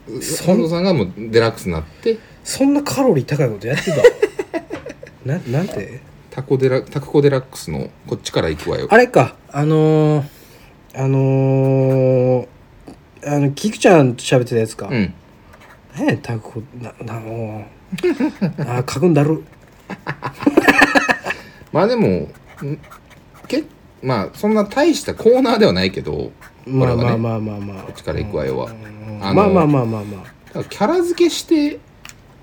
Speaker 1: う
Speaker 2: そ
Speaker 1: 佐
Speaker 2: ん
Speaker 1: 藤さんがもうデラックスになって
Speaker 2: そんなカロリー高いことや ってたななんて
Speaker 1: タコデラタクコデラックスのこっちから行くわよ
Speaker 2: あれかあのー、あのー、あのキクちゃんと喋ってたやつか、
Speaker 1: うん
Speaker 2: 何やタコななもうあー書くんだる
Speaker 1: まあでもんけまあそんな大したコーナーではないけどこ
Speaker 2: ま
Speaker 1: れ
Speaker 2: あ
Speaker 1: はね
Speaker 2: まあまあまあまあ
Speaker 1: こっちから行くわよは
Speaker 2: うん
Speaker 1: あの
Speaker 2: まあまあまあまあま
Speaker 1: だからキャラ付けして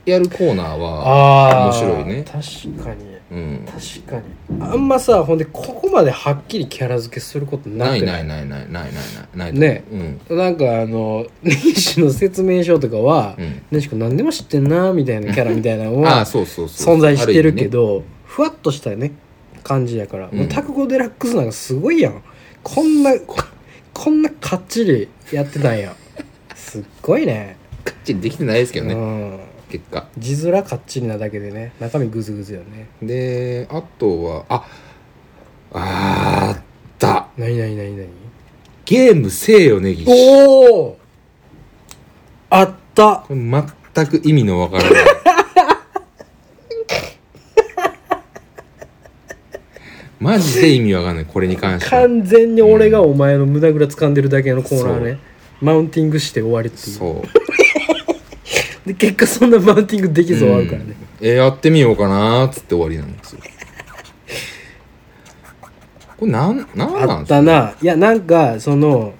Speaker 1: やるコーナーは
Speaker 2: ああー
Speaker 1: 面白いね
Speaker 2: 確かに
Speaker 1: うん
Speaker 2: 確かにあんまさほんでここまではっきりキャラ付けすることなく
Speaker 1: ないいないないないないないないない
Speaker 2: ね
Speaker 1: うん
Speaker 2: なんかあの 西の説明書とかは
Speaker 1: うん
Speaker 2: 西君何でも知ってんなみたいなキャラみたいなの
Speaker 1: あ
Speaker 2: は
Speaker 1: あそうそうそう
Speaker 2: 存在してるけ
Speaker 1: あ
Speaker 2: ど、ふわっとしたね感じやから、
Speaker 1: うん
Speaker 2: タクゴデラックスなんかすごいやんこんなこんなかっちりやってたん やすっごいね
Speaker 1: る意味ねかっちりできてないですけど
Speaker 2: う
Speaker 1: ね
Speaker 2: ん
Speaker 1: 結果
Speaker 2: 字面かっちりなだけでね中身グズグズよね
Speaker 1: であとはああーあった
Speaker 2: 何何何何
Speaker 1: ゲームせえよねぎし
Speaker 2: おおあった
Speaker 1: これ全く意味のわ からないマジで意味わかんないこれに関しては
Speaker 2: 完全に俺がお前の無駄ぐら掴んでるだけのコーナーね、マウンティングして終わりっていう
Speaker 1: そう
Speaker 2: で結果そんなマウンティングできず終わるからね、
Speaker 1: うんえーやってみようかなーっつって終わりなんですよこれなんなんな
Speaker 2: あ
Speaker 1: ん
Speaker 2: っ
Speaker 1: ですか
Speaker 2: たないやなんかその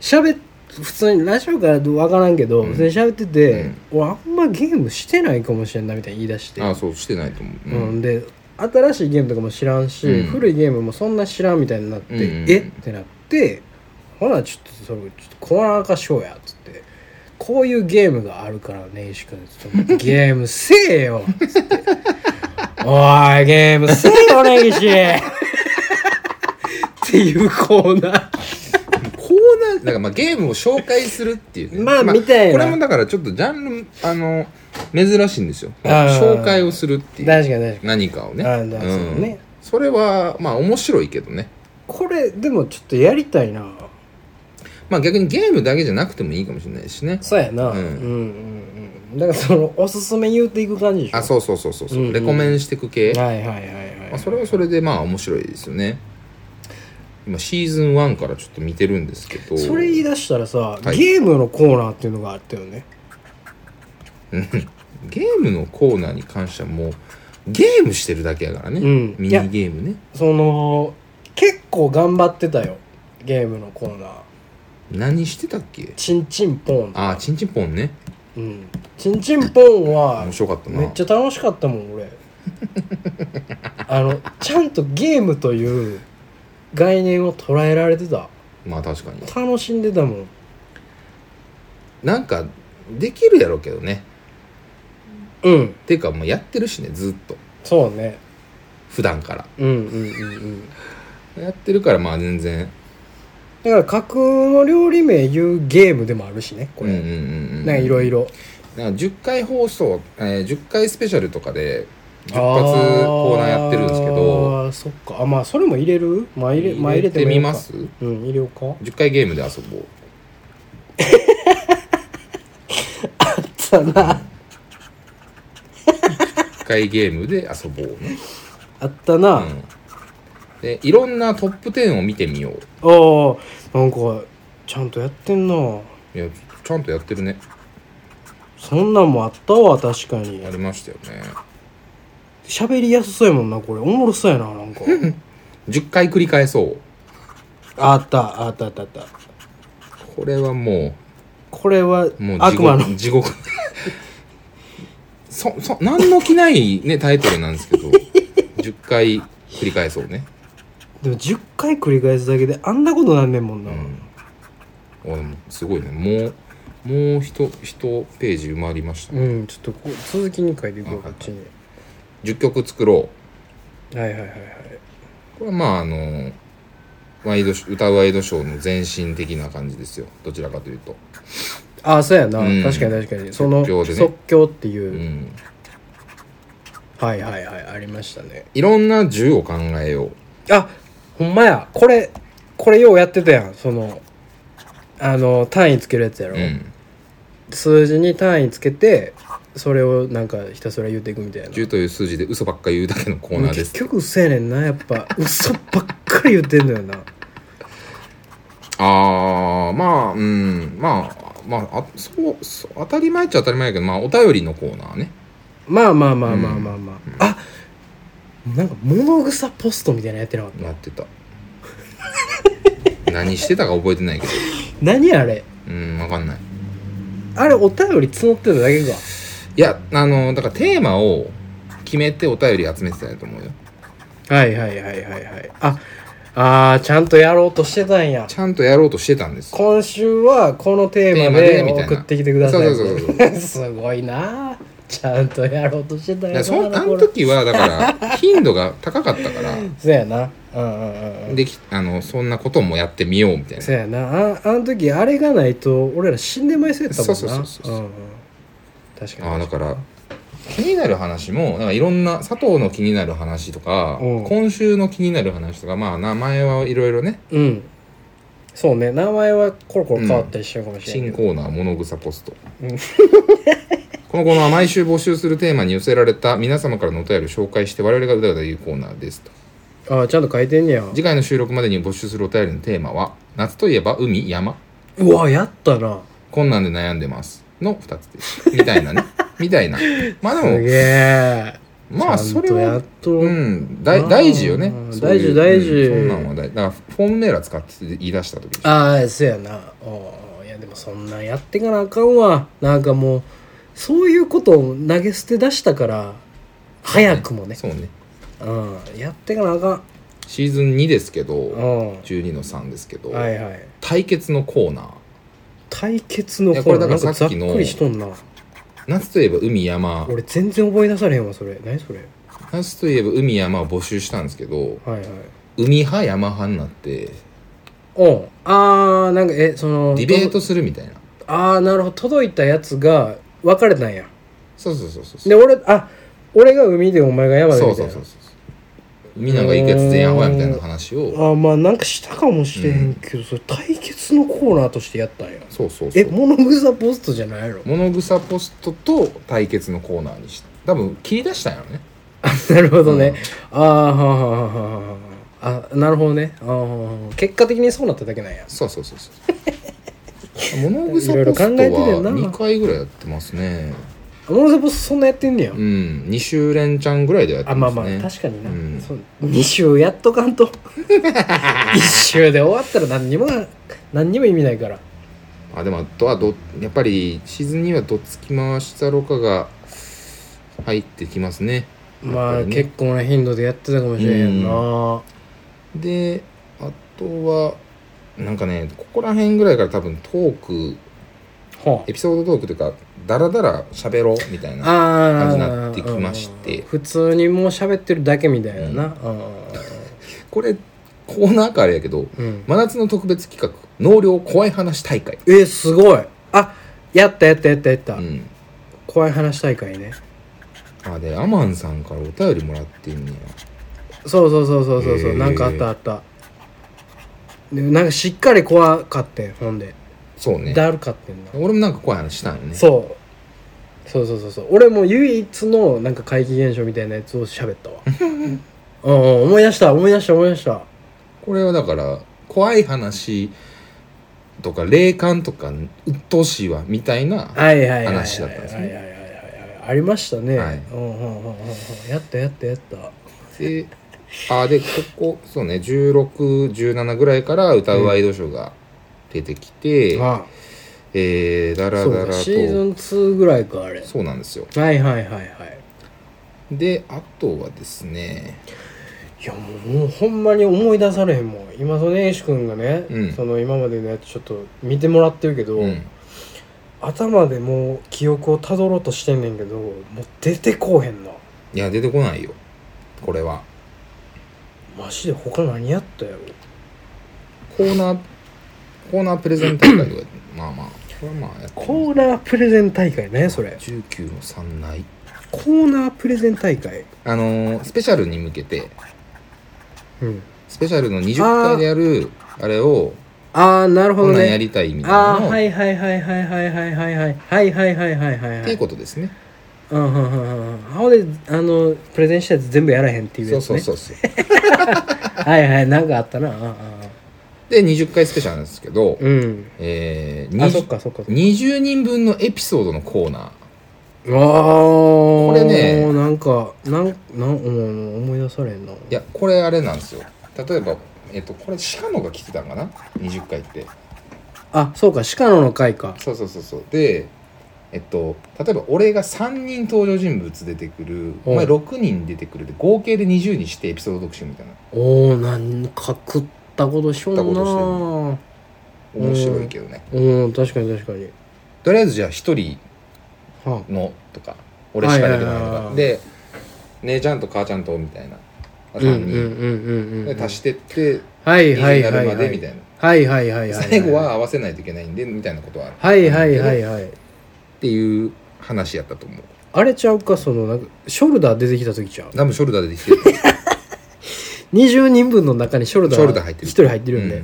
Speaker 2: 喋っ普通にラジオから分からんけど、
Speaker 1: うん
Speaker 2: 普通に喋ってて、俺あんまゲームしてないかもしれんなみたいに言い出して
Speaker 1: あそうしてないと思う、
Speaker 2: うんで新しいゲームとかも知らんし、
Speaker 1: うん
Speaker 2: 古いゲームもそんな知らんみたいになって、
Speaker 1: うんうんうん
Speaker 2: えってなってほなちょっとそれちょっとコーナー化しようやっつってこういうゲームがあるからね石君ちょっとゲームせえよっつっておいゲームせえよ根岸っていうコーナー
Speaker 1: コーナーだからまあゲームを紹介するっていう、ね、
Speaker 2: まあみたいな
Speaker 1: これもだからちょっとジャンルあの珍しいんですよ
Speaker 2: あー
Speaker 1: 紹介をするっていう
Speaker 2: 確かに確かに
Speaker 1: 何かをね
Speaker 2: あーだからそうね
Speaker 1: それはまあ面白いけどね
Speaker 2: これでもちょっとやりたいな
Speaker 1: まあ逆にゲームだけじゃなくてもいいかもしれないしね
Speaker 2: そうやな、
Speaker 1: う
Speaker 2: うんん、うんうんうんだからそのおすすめ言うていく感じでしょ
Speaker 1: あそうそうそうそうそう、
Speaker 2: うんうん
Speaker 1: レコメンしてく系、
Speaker 2: はいはいはいはい、
Speaker 1: まあ、それはそれでまあ面白いですよね今シーズン1からちょっと見てるんですけど
Speaker 2: それ言い出したらさ、
Speaker 1: い
Speaker 2: ゲームのコーナーっていうのがあったよね
Speaker 1: ゲームのコーナーに関してはもうゲームしてるだけやからね、
Speaker 2: うん
Speaker 1: ミニゲームね
Speaker 2: その結構頑張ってたよゲームのコーナー
Speaker 1: 何してたっけ
Speaker 2: チンチンポン
Speaker 1: ああチンチンポンね
Speaker 2: うんチンチンポンは
Speaker 1: 面白かったな
Speaker 2: めっちゃ楽しかったもん俺 あのちゃんとゲームという概念を捉えられてた
Speaker 1: まあ確かに
Speaker 2: 楽しんでたもん
Speaker 1: なんかできるやろうけどね
Speaker 2: うん
Speaker 1: ていうかもうやってるしねずっと
Speaker 2: そうね
Speaker 1: 普段から
Speaker 2: うんうんうんうん
Speaker 1: やってるからまあ全然
Speaker 2: だから架空の料理名言うゲームでもあるしねこ
Speaker 1: うん
Speaker 2: れ、
Speaker 1: うんうんうん
Speaker 2: なんかいろいろ
Speaker 1: なんか10回放送、えー10回スペシャルとかで10発コーナーやってるんですけど
Speaker 2: あーそっかあまあそれも入れるまあ入れ,、まあ、入れて
Speaker 1: て
Speaker 2: もい
Speaker 1: み
Speaker 2: いの
Speaker 1: ま
Speaker 2: か
Speaker 1: す
Speaker 2: うん入れようか
Speaker 1: 10回ゲームで遊ぼう
Speaker 2: さな
Speaker 1: 10回ゲームで遊ぼうね、
Speaker 2: あったな、
Speaker 1: うん、でいろんなトップ10を見てみよう
Speaker 2: ああなんかちゃんとやってんない
Speaker 1: やちゃんとやってるね
Speaker 2: そんなんもあったわ確かに
Speaker 1: ありましたよね
Speaker 2: 喋りやすそうやもんなこれおもろそうやな なんか
Speaker 1: 10回繰り返そう
Speaker 2: あったあったあったあった
Speaker 1: これはも
Speaker 2: これは
Speaker 1: うもう
Speaker 2: 悪魔の
Speaker 1: 地獄そそ何の気ない、ね、タイトルなんですけ ど10回繰り返そうね
Speaker 2: でも10回繰り返すだけであんなことなんねんもんな、
Speaker 1: うん、あでもすごいねもうもうひとひとページ埋まりましたね、
Speaker 2: うん、ちょっとこう続きに書いていこう
Speaker 1: あ
Speaker 2: こっちに
Speaker 1: 10曲作ろ
Speaker 2: はいはいはいはいう
Speaker 1: これはまああのワイドショー歌うワイドショーの前身的な感じですよどちらかというと、
Speaker 2: ああそうやな、
Speaker 1: うん
Speaker 2: 確かに確かにその
Speaker 1: 即興でね
Speaker 2: 即興っていうう、
Speaker 1: ん、
Speaker 2: はいはいはいありましたね
Speaker 1: いろんな銃を考えよう
Speaker 2: あほんまやこれこれようやってたやんそのあの単位つけるやつやろ、
Speaker 1: うん
Speaker 2: 数字に単位つけてそれをなんかひたすら言うていくみたいな
Speaker 1: 銃という数字で嘘ばっか言うだけのコーナーで
Speaker 2: 結
Speaker 1: す
Speaker 2: 局嘘やねんなやっぱ嘘ばっかり言ってんのよな
Speaker 1: ああまあうんまあまああそうそう当たり前っちゃ当たり前やけどまあお便りのコーナーね
Speaker 2: まあまあまあまあまあまあ、あなんか物草ポストみたいなのやってなかった
Speaker 1: やってた 何してたか覚えてないけど
Speaker 2: 何あれ
Speaker 1: うんわかんない
Speaker 2: あれお便り募ってただけか
Speaker 1: いやあのだからテーマを決めてお便り集めてたんやと思うよ
Speaker 2: はいはいはいはいはいああーちゃんとやろうとしてたんや
Speaker 1: ちゃんとやろうとしてたんですよ
Speaker 2: 今週はこのテーマ
Speaker 1: テーマでみ
Speaker 2: で
Speaker 1: たいな
Speaker 2: 送ってきてください
Speaker 1: そうそうそう
Speaker 2: すごいなちゃんとやろうとしてたん
Speaker 1: い
Speaker 2: や
Speaker 1: やそん
Speaker 2: な
Speaker 1: あ
Speaker 2: こ
Speaker 1: の
Speaker 2: れ
Speaker 1: 時はだから頻度が高かったから
Speaker 2: そうやなうんうんうんうん
Speaker 1: できあのそんなこともやってみようみたいな
Speaker 2: そうやなああの時あれがないと俺ら死んでまいそうやったもんな
Speaker 1: そうそうそうそう
Speaker 2: うんうん確かに
Speaker 1: あーだから気になる話もなんかいろんな佐藤の気になる話とか
Speaker 2: うん
Speaker 1: 今週の気になる話とかまあ名前はいろいろね
Speaker 2: うんそうね名前はコロコロ変わったりしてるかもしれな
Speaker 1: 新
Speaker 2: いけど、
Speaker 1: コーナー「物草ポスト
Speaker 2: うん」
Speaker 1: このコーナーは毎週募集するテーマに寄せられた皆様からのお便りを紹介して我々がうだうだ言うコーナーですと
Speaker 2: ああちゃんと書いてんねや
Speaker 1: 次回の収録までに募集するお便りのテーマは「夏といえば海山
Speaker 2: うわやったな
Speaker 1: こんなんで悩んでます」の2つですみたいなねみたいなまあですも
Speaker 2: げえ
Speaker 1: まあ
Speaker 2: ち
Speaker 1: そ
Speaker 2: ゃん
Speaker 1: れ
Speaker 2: とや
Speaker 1: は
Speaker 2: っと
Speaker 1: うん、だ
Speaker 2: あー
Speaker 1: い大事よね
Speaker 2: うん
Speaker 1: そういう
Speaker 2: 大事
Speaker 1: うんそん
Speaker 2: 大事
Speaker 1: なんは大事だからフォームメーラー使って言い出した時
Speaker 2: ああそうやなああいやでもそんなんやってかなあかんわなんかもうそういうことを投げ捨て出したから早くもね
Speaker 1: そうね
Speaker 2: うんやってかなあかん
Speaker 1: シーズン2ですけど
Speaker 2: うん
Speaker 1: 12の3ですけど、
Speaker 2: はいはい
Speaker 1: 対決のコーナー
Speaker 2: 対決の
Speaker 1: いやこれだから
Speaker 2: なん
Speaker 1: さっきの
Speaker 2: ざっくりしとんな
Speaker 1: 夏といえば海山
Speaker 2: 俺全然覚え出されへんわそれ何それ
Speaker 1: 夏といえば海山を募集したんですけど
Speaker 2: はいはい
Speaker 1: 海派山派になって
Speaker 2: おうああなんかえその
Speaker 1: ディベートするみたいな
Speaker 2: ああなるほど届いたやつが分かれたんや
Speaker 1: そうそうそうそうそう
Speaker 2: で俺あ俺が海でお前が山で
Speaker 1: そ
Speaker 2: み
Speaker 1: う
Speaker 2: た
Speaker 1: そ
Speaker 2: いな
Speaker 1: うそうそうみんなが行くやつ全員アホやみたいな話を
Speaker 2: あーまあなんかしたかもしれへんけど、それ対決のコーナーとしてやったんや
Speaker 1: そうそうそ
Speaker 2: え
Speaker 1: う
Speaker 2: 物草ポストじゃないの
Speaker 1: 物草ポストと対決のコーナーにして多分切り出したんやろね
Speaker 2: なるほどね、ああーはあはあはあはああなるほどねあー結果的にそうなっただけなんや
Speaker 1: そうそうそうそう物草
Speaker 2: いろい
Speaker 1: ポ
Speaker 2: ろ
Speaker 1: ス
Speaker 2: 考
Speaker 1: ト
Speaker 2: えてるよ
Speaker 1: は
Speaker 2: な
Speaker 1: 2回ぐらいやってますね
Speaker 2: モノサボそんなやってんねや、
Speaker 1: うん2週連チャンぐらいではやって
Speaker 2: あま
Speaker 1: ま
Speaker 2: あ
Speaker 1: すね
Speaker 2: まあ確かにな、
Speaker 1: うん
Speaker 2: そう2週やっとかん と1週で終わったら何にも何にも意味ないから
Speaker 1: あでもあとはどやっぱりシーズンにはどっつき回したろかが入ってきますね
Speaker 2: ま
Speaker 1: やっ
Speaker 2: あ
Speaker 1: ぱりね
Speaker 2: 結構な頻度でやってたかもしれんよな、
Speaker 1: であとはなんかねここら辺ぐらいから多分トーク
Speaker 2: ほう
Speaker 1: エピソードトークというかダラダラ喋ろうみたいな
Speaker 2: ああ
Speaker 1: 感じになってきまして
Speaker 2: 普通にもう喋ってるだけみたいなな、うん
Speaker 1: これコーナーかあれやけど
Speaker 2: うん
Speaker 1: 真夏の特別企画納涼怖い話大会、
Speaker 2: えすごいあやったやったやったやった、
Speaker 1: うん、
Speaker 2: 怖い話大会ね
Speaker 1: あでアマンさんからお便りもらってんねや
Speaker 2: そうそうそうそうそうそう、
Speaker 1: へー
Speaker 2: なんかあったあったでなんかしっかり怖かってんほんで、
Speaker 1: そうね
Speaker 2: だるかってんな、
Speaker 1: 俺もなんか怖い話したんよね
Speaker 2: そうそうそうそうそう俺も唯一のなんか怪奇現象みたいなやつを喋っ たわうんうん思い出した思い出した思い出した
Speaker 1: これはだから怖い話とか霊感とか鬱陶しいわみたいな
Speaker 2: はいはいはいはい
Speaker 1: 話だったんですね
Speaker 2: はいはいはいはいはいありましたね、
Speaker 1: はい
Speaker 2: うんうんうんうんうんやったやったやった
Speaker 1: であでここそうね1617ぐらいから歌うワイドショーが出てきて、
Speaker 2: あ
Speaker 1: えー、だら
Speaker 2: そう
Speaker 1: だら
Speaker 2: か
Speaker 1: と
Speaker 2: シーズン2ぐらいかあれ
Speaker 1: そうなんですよ
Speaker 2: はいはいはいはい
Speaker 1: であとはですね
Speaker 2: いやもうもうほんまに思い出されへんもん今その英志くんがね、
Speaker 1: うん
Speaker 2: その今までのやつちょっと見てもらってるけど、
Speaker 1: うん
Speaker 2: 頭でもう記憶をたどろうとしてんねんけどもう出てこうへんない
Speaker 1: や出てこないよこれは
Speaker 2: マジで他何やったやろ
Speaker 1: コーナーコーナープレゼン大会とか まあまあこれはまあやってます
Speaker 2: コーナープレゼン大会ねそれ
Speaker 1: 19の3内
Speaker 2: コーナープレゼン大会
Speaker 1: あのースペシャルに向けて
Speaker 2: うん
Speaker 1: スペシャルの20回でやるあれを
Speaker 2: ああなるほ
Speaker 1: こん
Speaker 2: ど
Speaker 1: なんや
Speaker 2: ね
Speaker 1: りたいみたい
Speaker 2: あ
Speaker 1: な
Speaker 2: あ
Speaker 1: のを、
Speaker 2: はいはいはいはいはいはいはいはいはいはいはいはいはい
Speaker 1: っ
Speaker 2: は
Speaker 1: てい
Speaker 2: いう
Speaker 1: ことですね
Speaker 2: うんうんうんうんほんであのプレゼンしたやつ全部やらへんっていう
Speaker 1: そ
Speaker 2: や
Speaker 1: う
Speaker 2: つ
Speaker 1: そう
Speaker 2: ね
Speaker 1: そうそう
Speaker 2: はいはいなんかあったなうん
Speaker 1: で20回スペシャルなんですけど、
Speaker 2: うんうん
Speaker 1: えー、
Speaker 2: あ
Speaker 1: 20
Speaker 2: そっかそっか
Speaker 1: 20人分のエピソードのコーナー
Speaker 2: あこ
Speaker 1: れね
Speaker 2: なんかなんなん、うん、思い出されへんない
Speaker 1: いやこれあれなんですよ例えばえっとこれ鹿野が来てたんかな20回って
Speaker 2: あそうか鹿野の回か
Speaker 1: そうそうそうそうでえっと例えば俺が3人登場人物出てくる
Speaker 2: うん
Speaker 1: お前6人出てくるで合計で20にしてエピソード特集みたいな
Speaker 2: おおなんか食ったことしよう
Speaker 1: 食ったことして
Speaker 2: な
Speaker 1: 面白いけどね
Speaker 2: うん確かに確かに
Speaker 1: とりあえずじゃあ1人
Speaker 2: は
Speaker 1: のとか俺しか出てない
Speaker 2: はい
Speaker 1: と
Speaker 2: はいはいは
Speaker 1: か
Speaker 2: い
Speaker 1: で姉ちゃんと母ちゃんとみたいな
Speaker 2: あ、
Speaker 1: 3人、
Speaker 2: うんうん
Speaker 1: で足してって
Speaker 2: はい
Speaker 1: 20
Speaker 2: はい
Speaker 1: にな
Speaker 2: はい
Speaker 1: るま
Speaker 2: は
Speaker 1: で
Speaker 2: い
Speaker 1: みたいな
Speaker 2: はいはいはいはい
Speaker 1: 最後は合わせないといけないんでみたいなことはある
Speaker 2: はいはいはいはい
Speaker 1: っていう話やったと思う
Speaker 2: あれちゃうかそのなんかショルダー出てきた時ちゃう
Speaker 1: 多分ショルダーででき てると思
Speaker 2: 20人分の中にショルダー
Speaker 1: ショルダー入ってる
Speaker 2: 1人入ってるんで、
Speaker 1: うん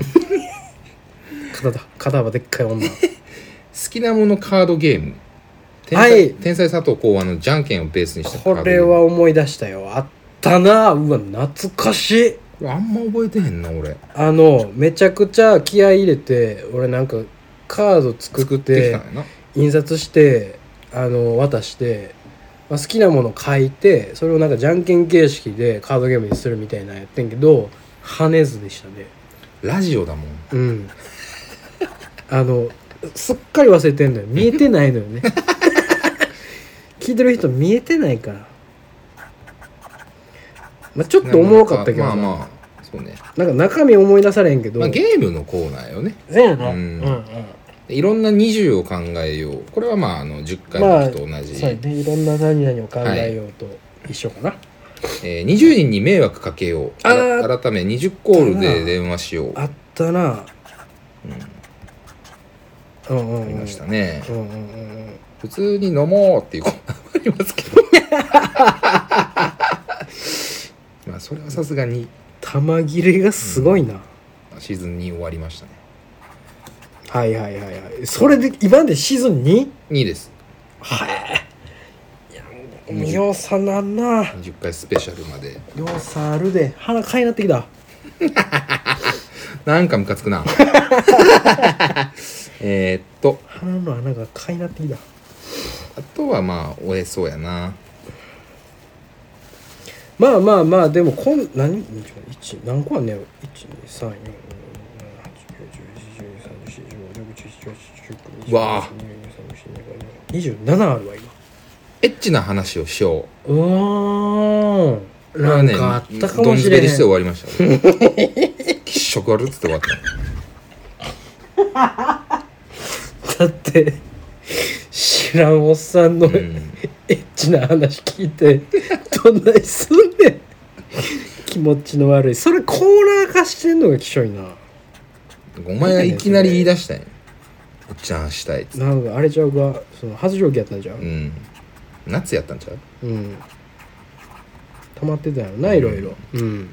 Speaker 2: 肩だ肩幅でっかい女
Speaker 1: 好きなものカードゲーム天才,、
Speaker 2: はい
Speaker 1: 天才佐藤考案のじゃんけんをベースにしたカー
Speaker 2: こ
Speaker 1: ドゲ
Speaker 2: れ
Speaker 1: ーム
Speaker 2: は思い出したよあったなうわ懐かしい
Speaker 1: これあんま覚えてへんな俺
Speaker 2: あのめちゃくちゃ気合い入れて俺なんかカード作
Speaker 1: 作
Speaker 2: っ
Speaker 1: ってき
Speaker 2: て
Speaker 1: たんやな
Speaker 2: 印刷してあの渡して、まあ、好きなもの書いてそれをなんかじゃんけん形式でカードゲームにするみたいなのやってんけど跳ねずでしたね
Speaker 1: ラジオだもん
Speaker 2: うんあのすっかり忘れてんのよ見えてないのよ ね聞いてる人見えてないから、まあ、ちょっとおもろかったけど
Speaker 1: ま
Speaker 2: な,、
Speaker 1: あまあそうね、
Speaker 2: なんか中身思い出されへんけど、
Speaker 1: まあ、ゲームのコーナーよね
Speaker 2: そうやな
Speaker 1: う
Speaker 2: うんんうん
Speaker 1: でいろんな20を考えようこれはまああの10回
Speaker 2: まあ
Speaker 1: の時と同じ、
Speaker 2: そうやねいろんな何々を考えようと一緒かな、
Speaker 1: えー20人に迷惑かけよう
Speaker 2: あー
Speaker 1: あら改め20コールで電話しよう
Speaker 2: あったなうんうん
Speaker 1: あ
Speaker 2: うん
Speaker 1: りましたね
Speaker 2: うんうんうんうん
Speaker 1: 普通に飲もうっていうコーナーもありますけど まあそれはさすがに
Speaker 2: 玉切れがすごいな、
Speaker 1: シーズン2終わりましたね
Speaker 2: はいはいはいはいそれで今までシーズン 2?
Speaker 1: 2です
Speaker 2: はい
Speaker 1: うん
Speaker 2: いやようさなんな
Speaker 1: 20回スペシャルまで
Speaker 2: ようさあるで腹かいなってきた
Speaker 1: なんかムカつくな えーっと
Speaker 2: 鼻の穴がかいなってきた
Speaker 1: あとはまあおえそうやな
Speaker 2: まあまあまあでもこん何一何個あんねやろ1234567891013141121314151617181920
Speaker 1: わあ
Speaker 2: 27あるわ今
Speaker 1: エッチな話をしよ
Speaker 2: うーん
Speaker 1: う
Speaker 2: なんかあったかもしれ
Speaker 1: どんずべりして終
Speaker 2: ん
Speaker 1: わりました 俺気色悪っつって終わった
Speaker 2: だって知らんおっさんの
Speaker 1: うん
Speaker 2: エッチな話聞いてどんなにすんねん気持ちの悪いそれコーナー化してんのがきしょいな
Speaker 1: お前がいきなり言い出したんやエッチな話したいっつって
Speaker 2: なんかあれちゃうかその発情期やったんじゃん
Speaker 1: うん夏やったん ちゃう
Speaker 2: うん溜まってたんやろないろいろうん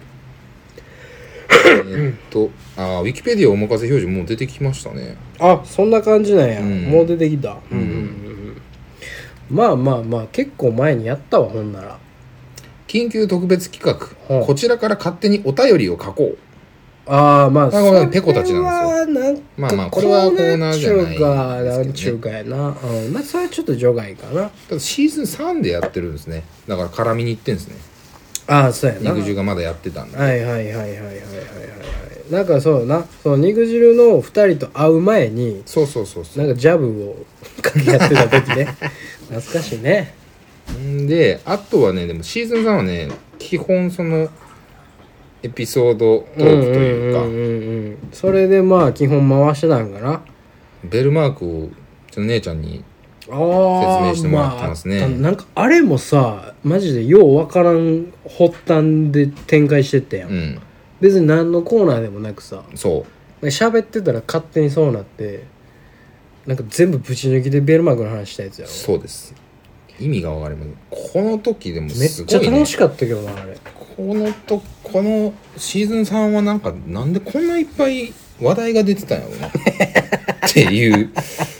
Speaker 1: えっと、あーウィキペディアお任せ表示もう出てきましたね。
Speaker 2: あそんな感じなんや、
Speaker 1: うん
Speaker 2: もう出てきた、
Speaker 1: うん
Speaker 2: んまあまあまあ結構前にやったわほんなら
Speaker 1: 緊急特別企画、
Speaker 2: はい
Speaker 1: こちらから勝手にお便りを書こう。
Speaker 2: ああまあ
Speaker 1: まあこれはペコたちなん
Speaker 2: ですよ
Speaker 1: まあまあこれはコーナーじゃない
Speaker 2: なん
Speaker 1: で
Speaker 2: ちゅ
Speaker 1: すけどね
Speaker 2: うかやな、うん、まあそれはちょっと除外かな
Speaker 1: ただシーズン3でやってるんですね。だから絡みに行ってんですね。
Speaker 2: ああそうやな
Speaker 1: 肉汁がまだやってたんで。
Speaker 2: はいはいはいはいはいはいはいはいなんかそうだなその肉汁の2人と会う前に
Speaker 1: そうそうそうそ
Speaker 2: な
Speaker 1: う。
Speaker 2: んかジャブをかけ合ってた 時ね懐かしいね
Speaker 1: んで、あとはね、でもシーズン3はね、基本その、エピソードトークというか、
Speaker 2: んうんうんうんうんそれでまあ基本回してたんかな
Speaker 1: ベルマークを、ちょっと姉ちゃんに、
Speaker 2: あ
Speaker 1: 説明してもらってますね
Speaker 2: ああったなんかあれもさマジでようわからん発端で展開してったやん、
Speaker 1: うん、
Speaker 2: 別に何のコーナーでもなくさ
Speaker 1: そう。
Speaker 2: 喋ってたら勝手にそうなってなんか全部ぶち抜きでベルマークの話したやつやろ
Speaker 1: そうです意味が分かりませんこの時でも
Speaker 2: めっ
Speaker 1: す
Speaker 2: ち
Speaker 1: ご
Speaker 2: ゃ
Speaker 1: い、ね、
Speaker 2: 楽しかったけどなあれ
Speaker 1: このとこのシーズン3はなんかなんでこんないっぱい話題が出てたんやろうなっていう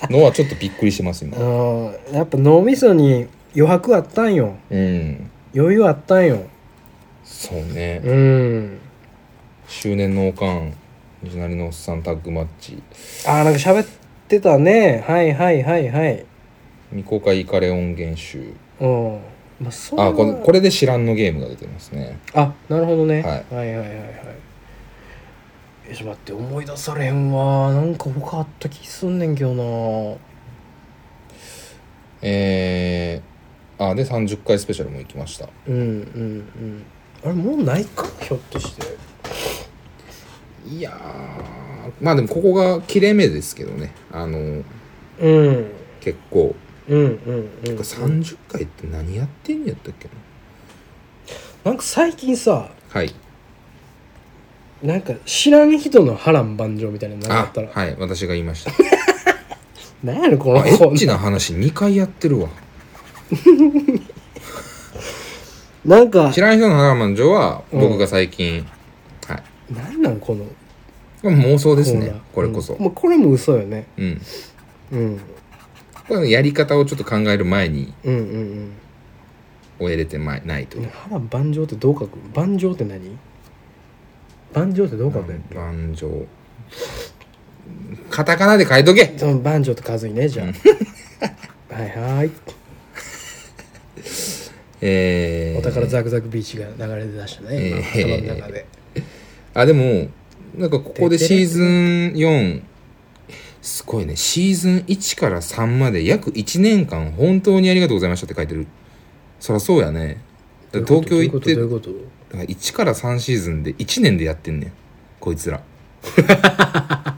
Speaker 1: のはちょっとびっくりしてます今
Speaker 2: うんやっぱ脳みそに余白あったんよ
Speaker 1: うん
Speaker 2: 余裕あったんよ
Speaker 1: そうね、
Speaker 2: うん
Speaker 1: 周年のおかん西成のおっさんタッグマッチ
Speaker 2: あーなんか喋ってたねはいはいはいはい
Speaker 1: 未公開イカレ音源集
Speaker 2: うんまあそれは
Speaker 1: あこれこれで「知らん」のゲームが出てますね
Speaker 2: あなるほど
Speaker 1: は
Speaker 2: ね、
Speaker 1: い
Speaker 2: はいはいはいはいえちょっと待って思い出されへんわなんか他あった気すんねんけどな
Speaker 1: えー、あで30回スペシャルも行きました
Speaker 2: うんうんうんあれもうないかひょっとして
Speaker 1: いやーまあでもここが切れ目ですけどねあの
Speaker 2: うん
Speaker 1: 結構
Speaker 2: うんうんうん
Speaker 1: 30回って何やってんやったっけな
Speaker 2: なんか最近さ
Speaker 1: はい
Speaker 2: なんか知らん人の波乱万丈みたいなのなか
Speaker 1: あ
Speaker 2: ったら
Speaker 1: はい私が言いました
Speaker 2: なんやろこの
Speaker 1: あエッ
Speaker 2: 子
Speaker 1: チな話2回やってるわ
Speaker 2: なんか
Speaker 1: 知らん人のハラマンジョは
Speaker 2: うん
Speaker 1: 僕が最近、はい
Speaker 2: なんなんこの
Speaker 1: これ妄想です
Speaker 2: コーナ
Speaker 1: ね
Speaker 2: ー
Speaker 1: これこそ
Speaker 2: うんもうこれも嘘よね
Speaker 1: うん、
Speaker 2: うん
Speaker 1: これのやり方をちょっと考える前に
Speaker 2: うんうん
Speaker 1: 終えれてまないと
Speaker 2: う
Speaker 1: い
Speaker 2: ん
Speaker 1: う
Speaker 2: 波乱万丈ってどう書く万丈って何万丈ってどう書くんやっけ
Speaker 1: 盤上カタカナで書いとけ
Speaker 2: その番長と数にねじゃ
Speaker 1: うん
Speaker 2: あ はいはい
Speaker 1: えー、
Speaker 2: お宝ザクザクビーチが流れ出したね、今
Speaker 1: えー
Speaker 2: 頭の中で
Speaker 1: あでもなんかここでシーズン4すごいねシーズン1から3まで約1年間本当にありがとうございましたって書いてるそらそうやねだから東京行って
Speaker 2: どういう
Speaker 1: だ
Speaker 2: ことどういう
Speaker 1: か
Speaker 2: こ
Speaker 1: ら1から3シーズンで1年でやってんねんこいつら
Speaker 2: とあ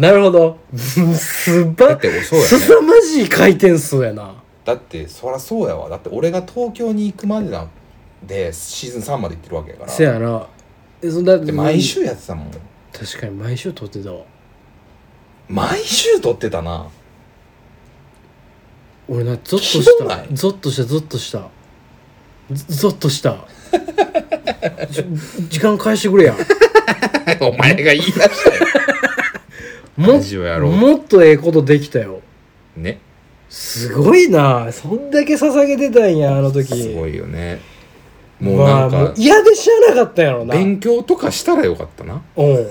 Speaker 2: なる ほどす
Speaker 1: だ
Speaker 2: ば
Speaker 1: っておそうや
Speaker 2: す
Speaker 1: ね
Speaker 2: さまじい回転数やな
Speaker 1: だってそらそうやわだって俺が東京に行くまでなんでシーズン3まで行ってるわけやから
Speaker 2: せやなえそんだって
Speaker 1: で毎週やってたもん
Speaker 2: 確かに毎週撮ってたわ
Speaker 1: 毎週撮ってたな
Speaker 2: 俺なゾッとし
Speaker 1: ひどな
Speaker 2: た
Speaker 1: い
Speaker 2: ゾッとしたゾッとしたゾゾッとした ちょ時間返してくれや
Speaker 1: お前が言い出したよ
Speaker 2: も
Speaker 1: ラジオやろう
Speaker 2: もっとええことできたよ
Speaker 1: ね
Speaker 2: すごいなそんだけ捧げてたんやあの時
Speaker 1: すごいよねもう
Speaker 2: ま
Speaker 1: な
Speaker 2: あ
Speaker 1: ん
Speaker 2: も
Speaker 1: か
Speaker 2: う、嫌で知らなかったんやろな
Speaker 1: 勉強とかしたらよかったな
Speaker 2: うん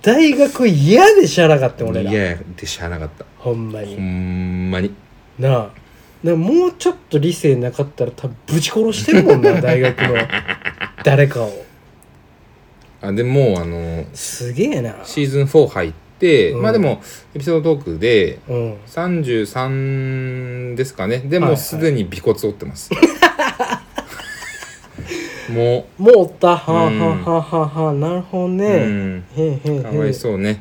Speaker 2: 大学嫌で知らなかった俺ら
Speaker 1: 嫌でしゃあなかった
Speaker 2: ほんま
Speaker 1: ほ
Speaker 2: に
Speaker 1: んまに
Speaker 2: なあなもうちょっと理性なかったら多分ぶち殺してるも んな大学の誰かを
Speaker 1: あでもあの
Speaker 2: すげえな
Speaker 1: シーズン4入って、
Speaker 2: うん
Speaker 1: まあでもエピソードトークで
Speaker 2: うん
Speaker 1: 33ですかねで
Speaker 2: はいは
Speaker 1: も
Speaker 2: いう
Speaker 1: すでに尾骨折って ます、も
Speaker 2: もうおったはあはあ
Speaker 1: うん
Speaker 2: はあはあはあなるほど
Speaker 1: う、
Speaker 2: ね、へえへえへ
Speaker 1: う
Speaker 2: え
Speaker 1: んかわいそうね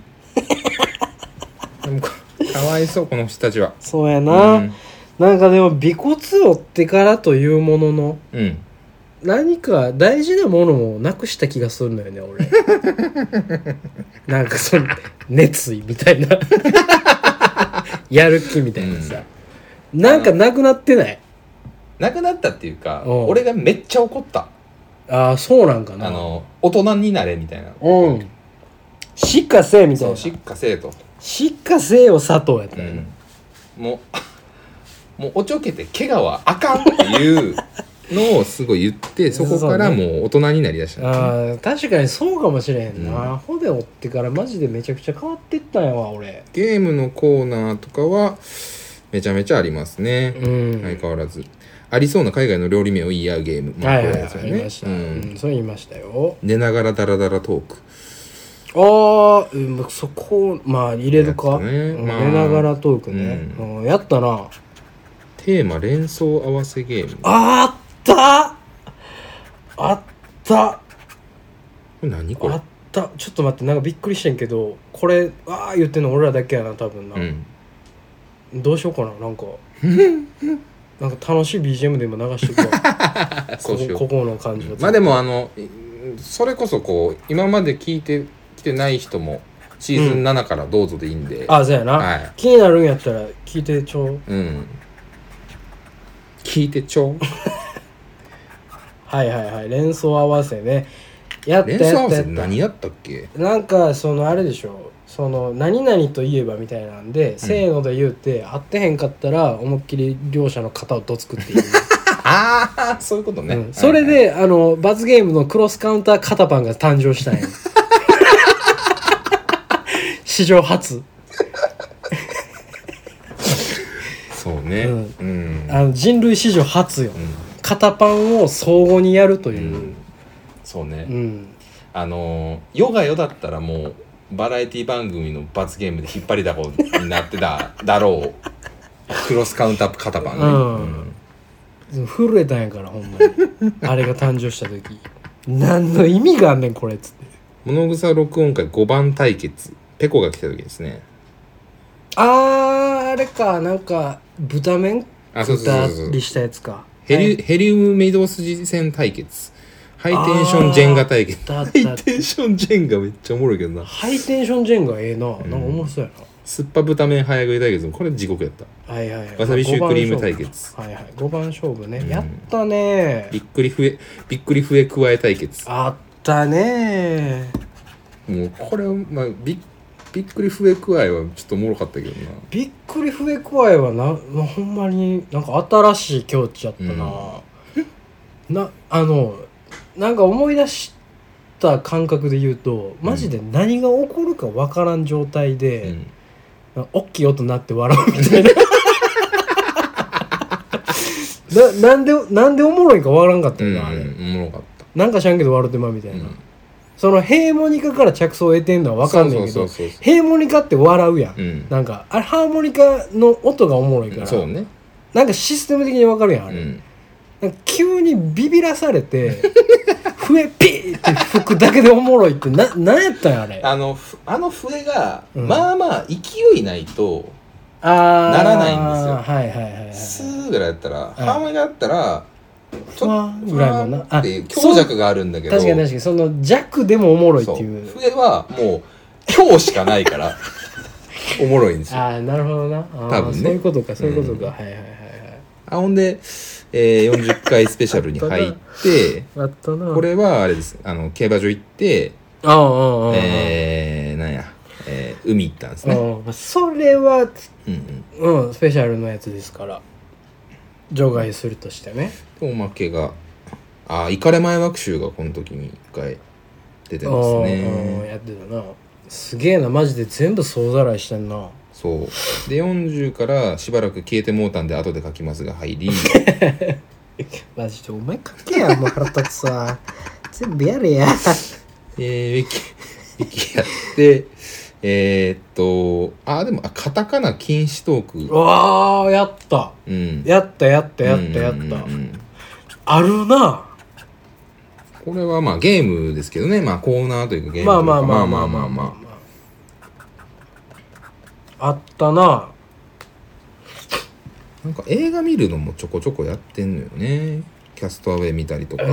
Speaker 1: でもかかわいそうこの人たちは
Speaker 2: そうやな、
Speaker 1: うん
Speaker 2: なんかでも尾骨折ってからというものの
Speaker 1: うん
Speaker 2: 何か大事なものをなくした気がするのよ ね俺なんかその熱意み たいなやる気みたいなさ、なんかなくなってない
Speaker 1: なくなったっていうか
Speaker 2: うん
Speaker 1: 俺がめっちゃ怒った
Speaker 2: ああそうなんかな
Speaker 1: あの大人になれみたいな
Speaker 2: うんしっかせえみた
Speaker 1: そ
Speaker 2: いな
Speaker 1: うしっかせえと、
Speaker 2: しっかせえよ佐藤やった
Speaker 1: う
Speaker 2: よね、
Speaker 1: ん、もう もうおちょけて怪我はあかんっていうのをすごい言ってそこからもう大人になりだした、
Speaker 2: ああ確かにそうかもしれへんな、
Speaker 1: うん
Speaker 2: アホで折ってからマジでめちゃくちゃ変わってったんやわ俺
Speaker 1: ゲームのコーナーとかはめちゃめちゃありますね、
Speaker 2: うん
Speaker 1: 相変わらずありそうな海外の料理名を言い合うゲーム、まあ
Speaker 2: はいはい
Speaker 1: こ
Speaker 2: は
Speaker 1: れですよ
Speaker 2: い、言いました、
Speaker 1: ね
Speaker 2: うん
Speaker 1: うん
Speaker 2: それ言いましたよ
Speaker 1: 寝ながらダラダラトーク
Speaker 2: ああ、うん、そこまあ入れる
Speaker 1: や
Speaker 2: か、
Speaker 1: つね
Speaker 2: うん
Speaker 1: まあ
Speaker 2: 寝ながらトークね、
Speaker 1: う
Speaker 2: うんやったな
Speaker 1: テーマ連想合わせゲームこ
Speaker 2: あったあった
Speaker 1: れ何こ
Speaker 2: あ
Speaker 1: れ
Speaker 2: ったちょっと待ってなんかびっくりしてんけどこれああ言ってんの俺らだけやな多分な、
Speaker 1: うん
Speaker 2: どうしようかななん かなんか楽しい BGM でも流していく わ
Speaker 1: あそ
Speaker 2: こ
Speaker 1: うしよう
Speaker 2: こここの感じを
Speaker 1: まあでもあのいそれこそこう今まで聞いてきてない人もシーズン7からどうぞでいいんで、
Speaker 2: あそうやな、
Speaker 1: はい
Speaker 2: 気になるんやったら聞いてちょう
Speaker 1: うん聞いてちょう
Speaker 2: はいはいはい連想合わせねやったや
Speaker 1: 連
Speaker 2: った
Speaker 1: 想合
Speaker 2: やっ
Speaker 1: わ
Speaker 2: た
Speaker 1: せ何やったっけ
Speaker 2: なんかそのあれでしょその何々と言えばみたいなんで、せーので言うて合ってへんかったら思いっきり両者の肩をどつくっていう、
Speaker 1: ああそういうことね、
Speaker 2: うんそれ
Speaker 1: はい
Speaker 2: で、あの罰ゲームのクロスカウンター肩パンが誕生したんや 史上初
Speaker 1: そうね
Speaker 2: う
Speaker 1: うんん、
Speaker 2: あの人類史上初よ
Speaker 1: うん
Speaker 2: 肩パンを相互にやるという、
Speaker 1: そうね、
Speaker 2: うん
Speaker 1: あのー世が世だったらもうバラエティ番組の罰ゲームで引っ張りだこになってただろうクロスカウンター肩パンね、
Speaker 2: うん震えたんやからほんま にあれが誕生した時何の意味があんねんこれっつって
Speaker 1: 物草録音会5番対決ペコが来た時ですね
Speaker 2: あーあれかなんか豚麺
Speaker 1: あそうそう
Speaker 2: 豚
Speaker 1: そうそう
Speaker 2: りしたやつか
Speaker 1: ヘリ,、
Speaker 2: はい
Speaker 1: ヘリウムメイドスジ戦対決ハイテンションジェンガ対決
Speaker 2: だっ
Speaker 1: ハイ
Speaker 2: た
Speaker 1: テンションジェンガめっちゃおもろいけどな
Speaker 2: ハイテンションジェンガええななんかおもろそうや
Speaker 1: 酸っぱ豚麺早食い対決もこれ地獄やった
Speaker 2: なはいはい
Speaker 1: わさびシュークリーム対決
Speaker 2: はいはい5番勝負ね
Speaker 1: ん
Speaker 2: やったね
Speaker 1: びっくり笛びっくり笛加え対決
Speaker 2: あったね
Speaker 1: もうこれはまあびびっくり笛加えはちょっとおもろかったけどな
Speaker 2: びっくり笛くわえはななほんまになんか新しい境地やったな、なあのなんか思い出した感覚で言うとマジで何が起こるかわからん状態で、
Speaker 1: うん
Speaker 2: 大きい音鳴って笑うみた いなななんでなんでおもろいんか笑わんかった
Speaker 1: う
Speaker 2: よ
Speaker 1: ん
Speaker 2: な、あれ
Speaker 1: うんおもろかった
Speaker 2: なんか知らんけど笑ってまうみたい
Speaker 1: う
Speaker 2: な、
Speaker 1: ん
Speaker 2: そのヘーモニカから着想を得てんのは分かんないけ
Speaker 1: そ
Speaker 2: ど
Speaker 1: うそうそうそ
Speaker 2: ヘーモニカって笑うやん、
Speaker 1: ううん
Speaker 2: なんかあれハーモニカの音がおもろいから、
Speaker 1: そうね
Speaker 2: なんかシステム的に分かるやんあ
Speaker 1: う
Speaker 2: れ、
Speaker 1: ん
Speaker 2: なんか急にビビらされて 笛ピーって吹くだけでおもろいってななんやったんやあれ
Speaker 1: あのふあの笛が
Speaker 2: うん
Speaker 1: まあまあ勢いないと
Speaker 2: あー
Speaker 1: ならないんですよ
Speaker 2: はいはいはい、はい、
Speaker 1: スーぐらいだったら
Speaker 2: い
Speaker 1: ハーモニカだったらち
Speaker 2: ふわ
Speaker 1: ょ
Speaker 2: ー
Speaker 1: っと
Speaker 2: ぐらいもんなあ
Speaker 1: っていう強弱があるんだけど
Speaker 2: 確かに確かにその弱でもおもろいって
Speaker 1: そう
Speaker 2: いう
Speaker 1: 笛はもう強しかないから おもろいんですよ
Speaker 2: ああなるほどなあー
Speaker 1: 多分ね
Speaker 2: そういうことかそういうことか、
Speaker 1: うん
Speaker 2: はいはいはいはい
Speaker 1: あほんで、えー40回スペシャルに入って
Speaker 2: あったな
Speaker 1: これはあれですあの競馬場行って
Speaker 2: ああああああ、
Speaker 1: えー、なんや、えー海行ったんですね、
Speaker 2: ああそれ
Speaker 1: う
Speaker 2: は
Speaker 1: んうん、
Speaker 2: うんスペシャルのやつですから除外するとしてね
Speaker 1: おまけがああイカれ前学習がこの時に一回出てます
Speaker 2: ああああ
Speaker 1: ね
Speaker 2: やってたなすげえなマジで全部総ざらいしてんな
Speaker 1: そうで40からしばらく消えてもうたんで後で書きますが入 り
Speaker 2: マジでお前書けや もう腹立つさ全部やれや
Speaker 1: えー、ウィキウィキやってえー、っとあでもあカタカナ禁止トーク
Speaker 2: わあやった
Speaker 1: うん
Speaker 2: やったやったやったやっ
Speaker 1: うんうんうん
Speaker 2: た
Speaker 1: うん
Speaker 2: あるな
Speaker 1: これはまあゲームですけどねまあコーナーというかゲームというか
Speaker 2: まあまあまあまあまあまああったな
Speaker 1: なんか映画見るのもちょこちょこやってんのよねキャストアウェイ見たりとか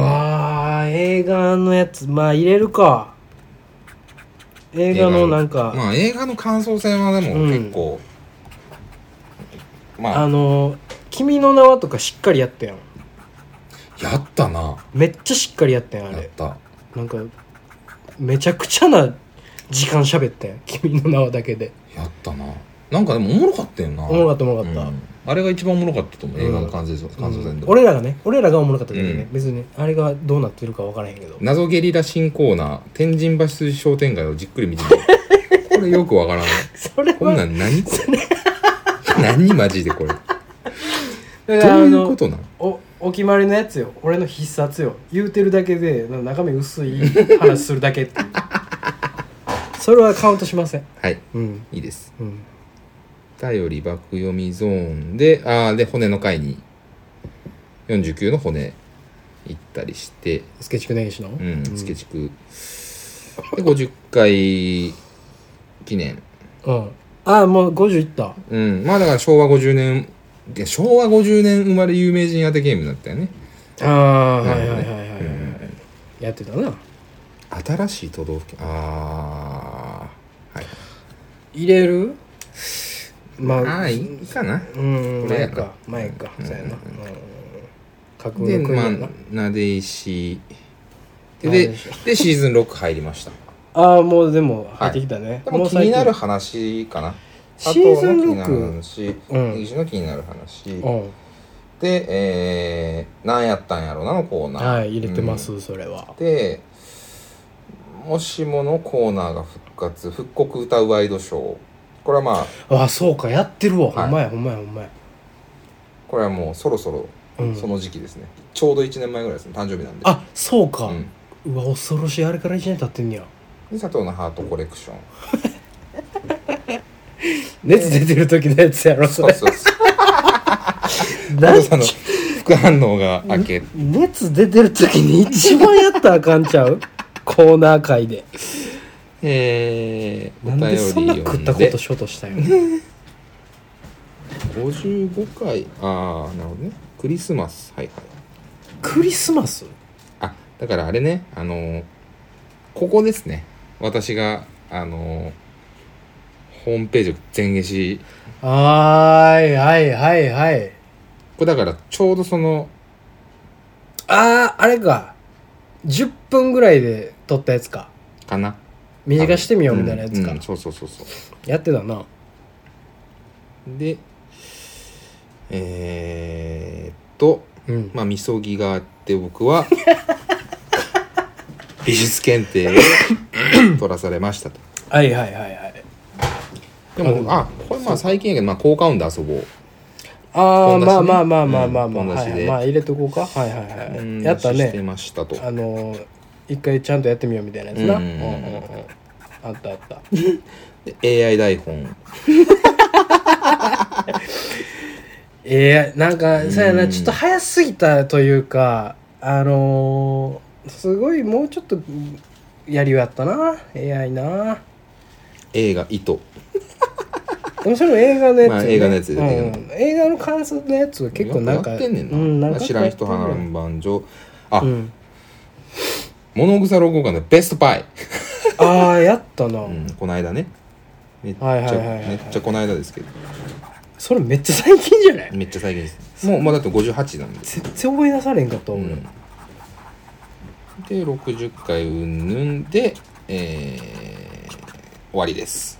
Speaker 2: あー映画のやつまあ入れるか映画のなんか、
Speaker 1: まあ映画の感想戦はでも
Speaker 2: うん
Speaker 1: 結構、ま
Speaker 2: あ
Speaker 1: あ
Speaker 2: の「君の名は」とかしっかりやったやん
Speaker 1: やったな
Speaker 2: めっちゃしっかりやったやんあ
Speaker 1: やっ
Speaker 2: れ
Speaker 1: た
Speaker 2: なんかめちゃくちゃな時間喋ったやん「君の名は」だけで
Speaker 1: やったななんかでもおもろかったよな
Speaker 2: おもろかったおもろかった、
Speaker 1: うんあれが一番おもろかったと思う、
Speaker 2: うん
Speaker 1: 映画の感想戦感想戦で、
Speaker 2: 俺らがね俺らがおもろかっただけでね、
Speaker 1: うん
Speaker 2: 別にあれがどうなってるか分からへんけど
Speaker 1: 謎ゲリラ新コーナー天神橋筋商店街をじっくり見てみる これよくわからん
Speaker 2: それ
Speaker 1: こんな
Speaker 2: は
Speaker 1: ん何こ れ何マジでこれど
Speaker 2: ど
Speaker 1: ういうことなの
Speaker 2: おお決まりのやつよ俺の必殺よ言うてるだけでな中身薄い話するだけっていう それはカウントしません
Speaker 1: はい
Speaker 2: うん
Speaker 1: いいです
Speaker 2: うん
Speaker 1: 頼り爆読みゾーンで、ああ、で、骨の回に、49の骨行ったりして、
Speaker 2: スケチクネギシのう
Speaker 1: うん、つけちく。で、50回記念。
Speaker 2: うんああもう50いった
Speaker 1: うん、まあだから昭和50年、いや昭和50年生まれ有名人当てゲームだったよね。
Speaker 2: ああはいはいはいはいはい、やってたな
Speaker 1: 新しい都道府県、ああ、はい。
Speaker 2: 入れるま
Speaker 1: あ
Speaker 2: あ
Speaker 1: あ、いいかな。
Speaker 2: うん
Speaker 1: これ
Speaker 2: 前
Speaker 1: や
Speaker 2: か
Speaker 1: な
Speaker 2: 前かそうやなうん架空
Speaker 1: で、
Speaker 2: の国
Speaker 1: ま
Speaker 2: や
Speaker 1: あ
Speaker 2: な、
Speaker 1: なで石。
Speaker 2: な
Speaker 1: で
Speaker 2: で石、
Speaker 1: で、シーズン6入りました。
Speaker 2: ああもうでも入ってきたね、
Speaker 1: で
Speaker 2: も
Speaker 1: も
Speaker 2: う
Speaker 1: 気に
Speaker 2: 最
Speaker 1: な
Speaker 2: 近
Speaker 1: る話かな。
Speaker 2: シーズ
Speaker 1: 佐藤の気に
Speaker 2: ン
Speaker 1: なる話、
Speaker 2: うん
Speaker 1: 根岸の気になる話。
Speaker 2: うん
Speaker 1: で、えー、何やったんやろなのコーナー。
Speaker 2: はい入れてます、
Speaker 1: うん
Speaker 2: それは
Speaker 1: で、もしものコーナーが復活、復刻歌うワイドショー。これはまあ、
Speaker 2: ああそうかやってるわ、
Speaker 1: はい
Speaker 2: ほんまやほんまやほんまや
Speaker 1: これはもうそろそろ
Speaker 2: うん
Speaker 1: その時期ですね。ちょうど1年前ぐらいですね、誕生日なんで。
Speaker 2: あそうか、
Speaker 1: う、
Speaker 2: うんわ恐ろしいあれから1年経ってんねや
Speaker 1: で佐藤のハートコレクション。
Speaker 2: 熱出てる時のやつやろそ
Speaker 1: そう
Speaker 2: れ
Speaker 1: そうそう。 佐
Speaker 2: 何
Speaker 1: 藤さんの副反応が明け
Speaker 2: 熱出てる時に一番やったらあかん ちゃうコーナー会で
Speaker 1: えー、
Speaker 2: なんでそんな食ったことしようとしたんやろ
Speaker 1: 55回ああなるほどねクリスマスはいはい
Speaker 2: クリスマス
Speaker 1: あだからあれねあのーここですね私があのーホームページを全消し
Speaker 2: はーいはいはいはい
Speaker 1: これだからちょうどその
Speaker 2: あああれか10分ぐらいで撮ったやつか
Speaker 1: かな
Speaker 2: 短してみようみたいなやつか、
Speaker 1: うんうんそうそうそうそう
Speaker 2: やってたな
Speaker 1: でえー、っと
Speaker 2: うん
Speaker 1: まあみそぎがあって僕 は美術検定を取らされましたと
Speaker 2: はいはいはいはい
Speaker 1: でもあこれまあ最近やけど、まあ、効果音で遊ぼう
Speaker 2: ああ、
Speaker 1: ポン出しね
Speaker 2: まあまあまあまあまあまあ、
Speaker 1: うんポン出
Speaker 2: は
Speaker 1: しで
Speaker 2: い、まあ入れとこうかはいはいはいやった
Speaker 1: して
Speaker 2: ね
Speaker 1: ましたと
Speaker 2: あのー一回ちゃんとやってみようみたいなやつな
Speaker 1: う
Speaker 2: うんん
Speaker 1: うんうん
Speaker 2: うん
Speaker 1: うん
Speaker 2: うんあったあった
Speaker 1: で AI 台本
Speaker 2: ええなんかさや
Speaker 1: う
Speaker 2: なんちょっと早すぎたというかあのーすごいもうちょっとやりようやったな AI な
Speaker 1: 映画「糸
Speaker 2: でもそれも映画のやつよ、
Speaker 1: まあ映画のやつ
Speaker 2: う
Speaker 1: よね
Speaker 2: ん、映画の感想のやつは」結構なんか
Speaker 1: よくやってんねんな,、
Speaker 2: うん、か
Speaker 1: 知らん人
Speaker 2: やってる
Speaker 1: 反番所あ、
Speaker 2: うん、
Speaker 1: 物草老後館のベストパイ、
Speaker 2: ああやったな、
Speaker 1: うん、この間ねめっちゃ、
Speaker 2: はいはいはいはいはい
Speaker 1: めっちゃこの間ですけど
Speaker 2: それめっちゃ最近じゃない
Speaker 1: めっちゃ最近ですもう、まあ、だって58なんで、
Speaker 2: 全然思い出されんかった
Speaker 1: う
Speaker 2: 俺、
Speaker 1: ん、で60回うんぬんでえー、終わりです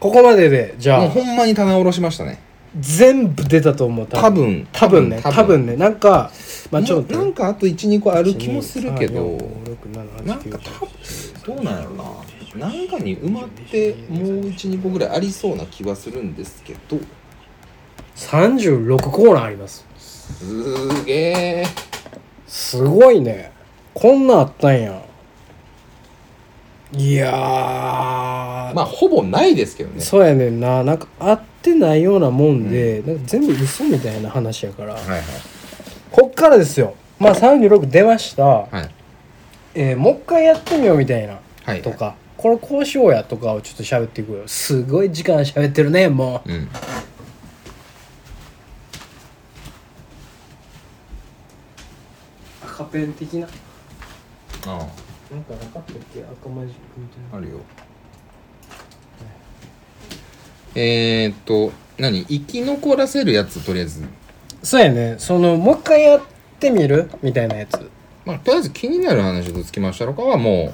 Speaker 2: ここまででじゃ
Speaker 1: もう
Speaker 2: あ
Speaker 1: ほんまに棚下ろしましたね
Speaker 2: 全部出たと思う
Speaker 1: 多分
Speaker 2: 多分ね多分ねなんかまあちょっと
Speaker 1: な
Speaker 2: 待
Speaker 1: ん
Speaker 2: って
Speaker 1: かあと12個ある気もするけど
Speaker 2: 1 2
Speaker 1: なん
Speaker 2: 3 4 5 6 7 8 9
Speaker 1: か多分どうなんやろななんかに埋まってもう12個ぐらいありそうな気はするんですけど
Speaker 2: 36コーナーあります
Speaker 1: すげえ
Speaker 2: すごいねこんなんあったんやいやー
Speaker 1: まあほぼないですけどね
Speaker 2: そうやねんななんか合ってないようなもんで、なんか全部嘘みたいな話やから、
Speaker 1: はい
Speaker 2: こっからですよまあ36出ました、
Speaker 1: はいはい
Speaker 2: えーもう一回やってみようみたいな
Speaker 1: はい
Speaker 2: とか、これこうしようやとかをちょっと喋っていくよすごい時間喋ってるねもう
Speaker 1: うん
Speaker 2: 赤ペン的な
Speaker 1: あ
Speaker 2: なんかなかったっけ赤マジックみたい
Speaker 1: ああるよえー、っと何生き残らせるやつとりあえず
Speaker 2: そうやねそのもう一回やってみるみたいなやつ
Speaker 1: まあとりあえず気になる話とつきましたとかはも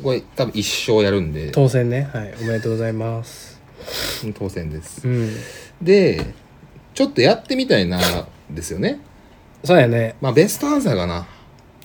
Speaker 1: うこれ多分一生やるんで
Speaker 2: 当選ねはいおめでとうございます
Speaker 1: 当選です
Speaker 2: うん
Speaker 1: でちょっとやってみたいなですよね
Speaker 2: そうやね
Speaker 1: まあベストアンサーかな